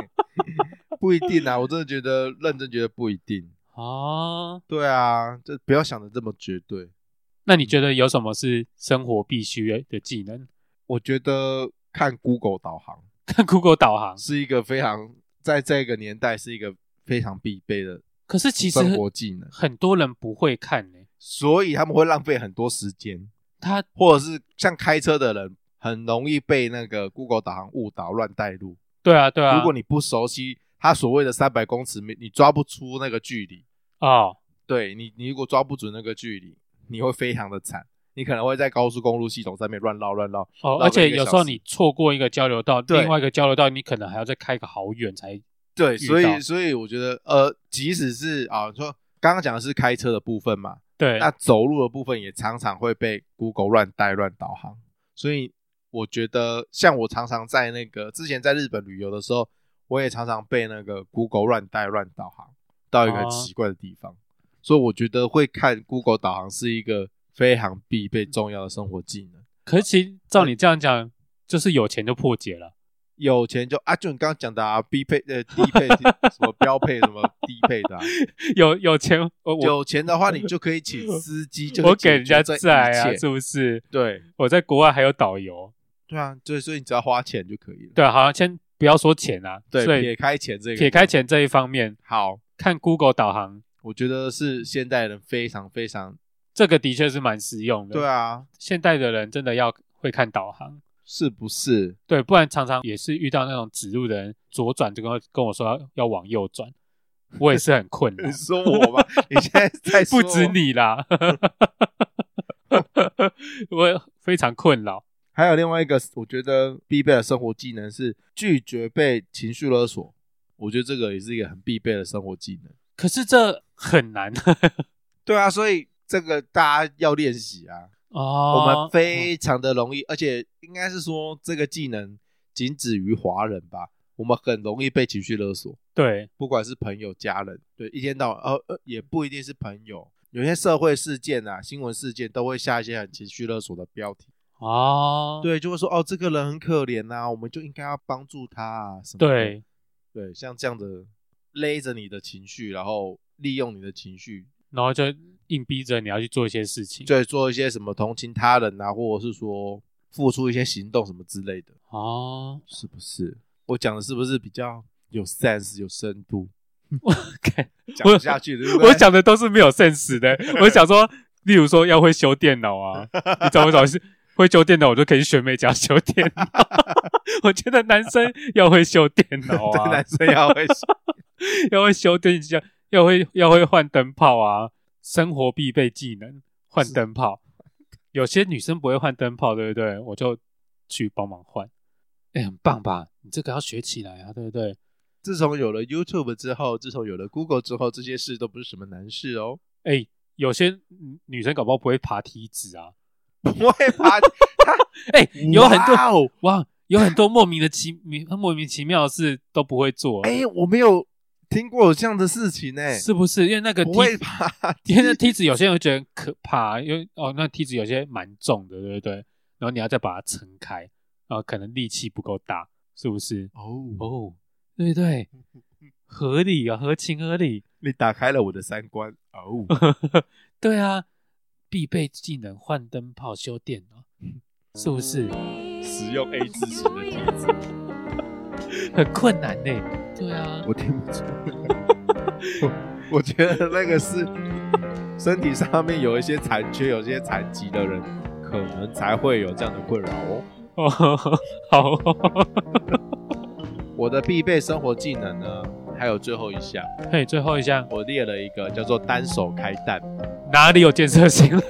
[SPEAKER 1] 不一定啊，我真的觉得认真觉得不一定。
[SPEAKER 2] 哦，
[SPEAKER 1] 对啊，这不要想的这么绝对。
[SPEAKER 2] 那你觉得有什么是生活必须的技能？
[SPEAKER 1] 我觉得看 Google 导航
[SPEAKER 2] 看 Google 导航，
[SPEAKER 1] 是一个非常在这个年代是一个非常必备的
[SPEAKER 2] 可是其实
[SPEAKER 1] 生活技能，
[SPEAKER 2] 很多人不会看呢、
[SPEAKER 1] 所以他们会浪费很多时间，
[SPEAKER 2] 他
[SPEAKER 1] 或者是像开车的人很容易被那个 Google 导航误导乱带路。
[SPEAKER 2] 对啊，对啊。
[SPEAKER 1] 如果你不熟悉它所谓的三百公尺，你你抓不出那个距离，
[SPEAKER 2] 哦，
[SPEAKER 1] 对你你如果抓不准那个距离，你会非常的惨，你可能会在高速公路系统上面乱绕乱绕。
[SPEAKER 2] 哦，
[SPEAKER 1] 绕
[SPEAKER 2] 而
[SPEAKER 1] 了
[SPEAKER 2] 且
[SPEAKER 1] 一个
[SPEAKER 2] 有
[SPEAKER 1] 小
[SPEAKER 2] 时候
[SPEAKER 1] 时
[SPEAKER 2] 你错过一个交流道，
[SPEAKER 1] 对
[SPEAKER 2] 另外一个交流道你可能还要再开个好远才。
[SPEAKER 1] 对，
[SPEAKER 2] 遇
[SPEAKER 1] 所
[SPEAKER 2] 到
[SPEAKER 1] 以所以我觉得，呃，即使是啊，说刚刚讲的是开车的部分嘛，
[SPEAKER 2] 对，
[SPEAKER 1] 那走路的部分也常常会被 Google 乱带乱导航，所以我觉得，像我常常在那个之前在日本旅游的时候，我也常常被那个 Google 乱带乱导航到一个很
[SPEAKER 2] 哦
[SPEAKER 1] 奇怪的地方，所以我觉得会看 Google 导航是一个非常必备重要的生活技能。
[SPEAKER 2] 可是其实照你这样讲，就是有钱就破解了。
[SPEAKER 1] 有钱就啊，就你刚刚讲的啊，必配呃低配什么标配什么低配的、啊，
[SPEAKER 2] 有有钱，我我
[SPEAKER 1] 有钱的话你就可以请司机，就
[SPEAKER 2] 我
[SPEAKER 1] 可以
[SPEAKER 2] 给人家
[SPEAKER 1] 解决这
[SPEAKER 2] 载
[SPEAKER 1] 一
[SPEAKER 2] 啊，
[SPEAKER 1] 切
[SPEAKER 2] 是不是？
[SPEAKER 1] 对
[SPEAKER 2] 我在国外还有导游，
[SPEAKER 1] 对啊，对，所以你只要花钱就可以了。
[SPEAKER 2] 对啊，好像先不要说钱啊，
[SPEAKER 1] 对，
[SPEAKER 2] 所
[SPEAKER 1] 撇
[SPEAKER 2] 以
[SPEAKER 1] 开钱这个，
[SPEAKER 2] 撇开钱这一方面，
[SPEAKER 1] 好，
[SPEAKER 2] 看 Google 导航，
[SPEAKER 1] 我觉得是现代人非常非常
[SPEAKER 2] 这个的确是蛮实用的。
[SPEAKER 1] 对，啊，
[SPEAKER 2] 现代的人真的要会看导航，
[SPEAKER 1] 是不是？
[SPEAKER 2] 对，不然常常也是遇到那种指路的人左转就跟我跟我说要要往右转，我也是很困 扰
[SPEAKER 1] 你，说我吧，你现在在说
[SPEAKER 2] 不
[SPEAKER 1] 我
[SPEAKER 2] 止，你啦， 我非常困扰。
[SPEAKER 1] 还有另外一个，我觉得必备的生活技能是拒绝被情绪勒索。我觉得这个也是一个很必备的生活技能。
[SPEAKER 2] 可是这很难
[SPEAKER 1] 对啊，所以这个大家要练习啊。
[SPEAKER 2] 哦
[SPEAKER 1] 我们非常的容易，而且应该是说这个技能仅止于华人吧。我们很容易被情绪勒索，
[SPEAKER 2] 对
[SPEAKER 1] 不管是朋友、家人，对，一天到晚，呃呃，也不一定是朋友，有些社会事件啊、新闻事件都会下一些很情绪勒索的标题，
[SPEAKER 2] 哦，
[SPEAKER 1] 对，就会说哦，这个人很可怜呐、我们就应该要帮助他啊，什么的
[SPEAKER 2] 对
[SPEAKER 1] 对，像这样的勒着你的情绪，然后利用你的情绪，
[SPEAKER 2] 然后就硬逼着你要去做一些事情。
[SPEAKER 1] 对，做一些什么同情他人啊，或者是说付出一些行动什么之类的。
[SPEAKER 2] 哦，
[SPEAKER 1] 是不是？我讲的是不是比较有 sense、有深度？
[SPEAKER 2] 看
[SPEAKER 1] 讲不下去， 对不对？
[SPEAKER 2] 我讲的都是没有 sense 的。我想说，例如说要会修电脑啊，你找不找是会修电脑，我就可以去学美甲修电脑。 我觉得男生要会修电 脑
[SPEAKER 1] 对
[SPEAKER 2] 啊
[SPEAKER 1] 男，生要 会说
[SPEAKER 2] 要会修电箱，要会要会换灯泡啊，生活必备技能换灯泡。有些女生不会换灯泡，对不对？我就去帮忙换。哎、很棒吧？你这个要学起来啊，对不对？
[SPEAKER 1] 自从有了 YouTube 之后，自从有了 Google 之后，这些事都不是什么难事哦。
[SPEAKER 2] 哎、有些女女生搞不好不会爬梯子啊。
[SPEAKER 1] 不会吧？
[SPEAKER 2] 哎、 有很多
[SPEAKER 1] 哇 哦，
[SPEAKER 2] 哇，有很多莫名的奇莫名其妙的事都不会做，
[SPEAKER 1] 哎，我没有听过有这样的事情呢。
[SPEAKER 2] 是不是？因为那个
[SPEAKER 1] 不会
[SPEAKER 2] 梯，
[SPEAKER 1] 吧？
[SPEAKER 2] 因为那梯子有些人会觉得很可怕，因为哦，那梯子有些蛮重的，对不对？然后你要再把它撑开，然后可能力气不够大，是不是？
[SPEAKER 1] 哦，
[SPEAKER 2] 哦，对 对，合理啊，合情合理。
[SPEAKER 1] 你打开了我的三观哦。
[SPEAKER 2] 对啊，必备技能换灯泡、修电脑，是不是
[SPEAKER 1] 使用 A 字型的梯子，
[SPEAKER 2] 很困难呢、对啊，
[SPEAKER 1] 我听不出来。 我我觉得那个是身体上面有一些残缺、有一些残疾的人，可能才会有这样的困扰哦。
[SPEAKER 2] 哦，好哦，
[SPEAKER 1] 我的必备生活技能呢，还有最后一项，
[SPEAKER 2] 嘿，最后一项。
[SPEAKER 1] 我列了一个叫做单手开蛋。
[SPEAKER 2] 哪里有建设性了？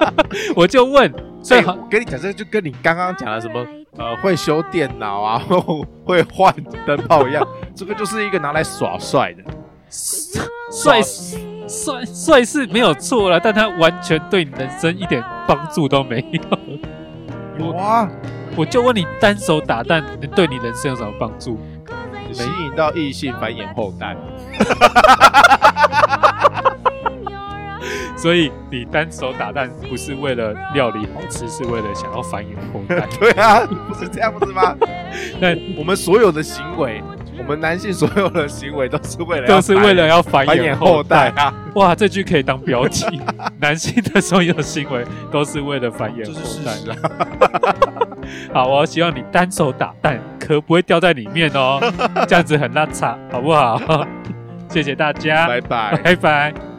[SPEAKER 2] 我就问，所以
[SPEAKER 1] 哎
[SPEAKER 2] 好
[SPEAKER 1] 我跟你讲，这就跟你刚刚讲的什么呃会修电脑 啊， 会换灯泡一样，这个就是一个拿来耍帅的。
[SPEAKER 2] 帅帅帅是没有错了，但他完全对你人生一点帮助都没 有。
[SPEAKER 1] 有啊，
[SPEAKER 2] 我就问你，单手打蛋对你人生有什么帮助？
[SPEAKER 1] 吸引到异性繁衍后代。
[SPEAKER 2] 所以你单手打蛋不是为了料理好吃，是为了想要繁衍后 代。
[SPEAKER 1] 对啊，不是这样不是吗？
[SPEAKER 2] 那
[SPEAKER 1] 我们所有的行为， 我们男性所有的行为都是为了要
[SPEAKER 2] 都是为了要繁
[SPEAKER 1] 繁
[SPEAKER 2] 衍
[SPEAKER 1] 衍
[SPEAKER 2] 后
[SPEAKER 1] 后代
[SPEAKER 2] 代。
[SPEAKER 1] 啊，
[SPEAKER 2] 哇，这句可以当标题。 男性的所有行为都是为了繁衍
[SPEAKER 1] 这是
[SPEAKER 2] 后
[SPEAKER 1] 事
[SPEAKER 2] 代。
[SPEAKER 1] 实啊。
[SPEAKER 2] 好哦，希望你单手打蛋，壳不会掉在里面 哦，这样子很拉碴，好不好？谢谢大家，
[SPEAKER 1] 拜拜。
[SPEAKER 2] 拜拜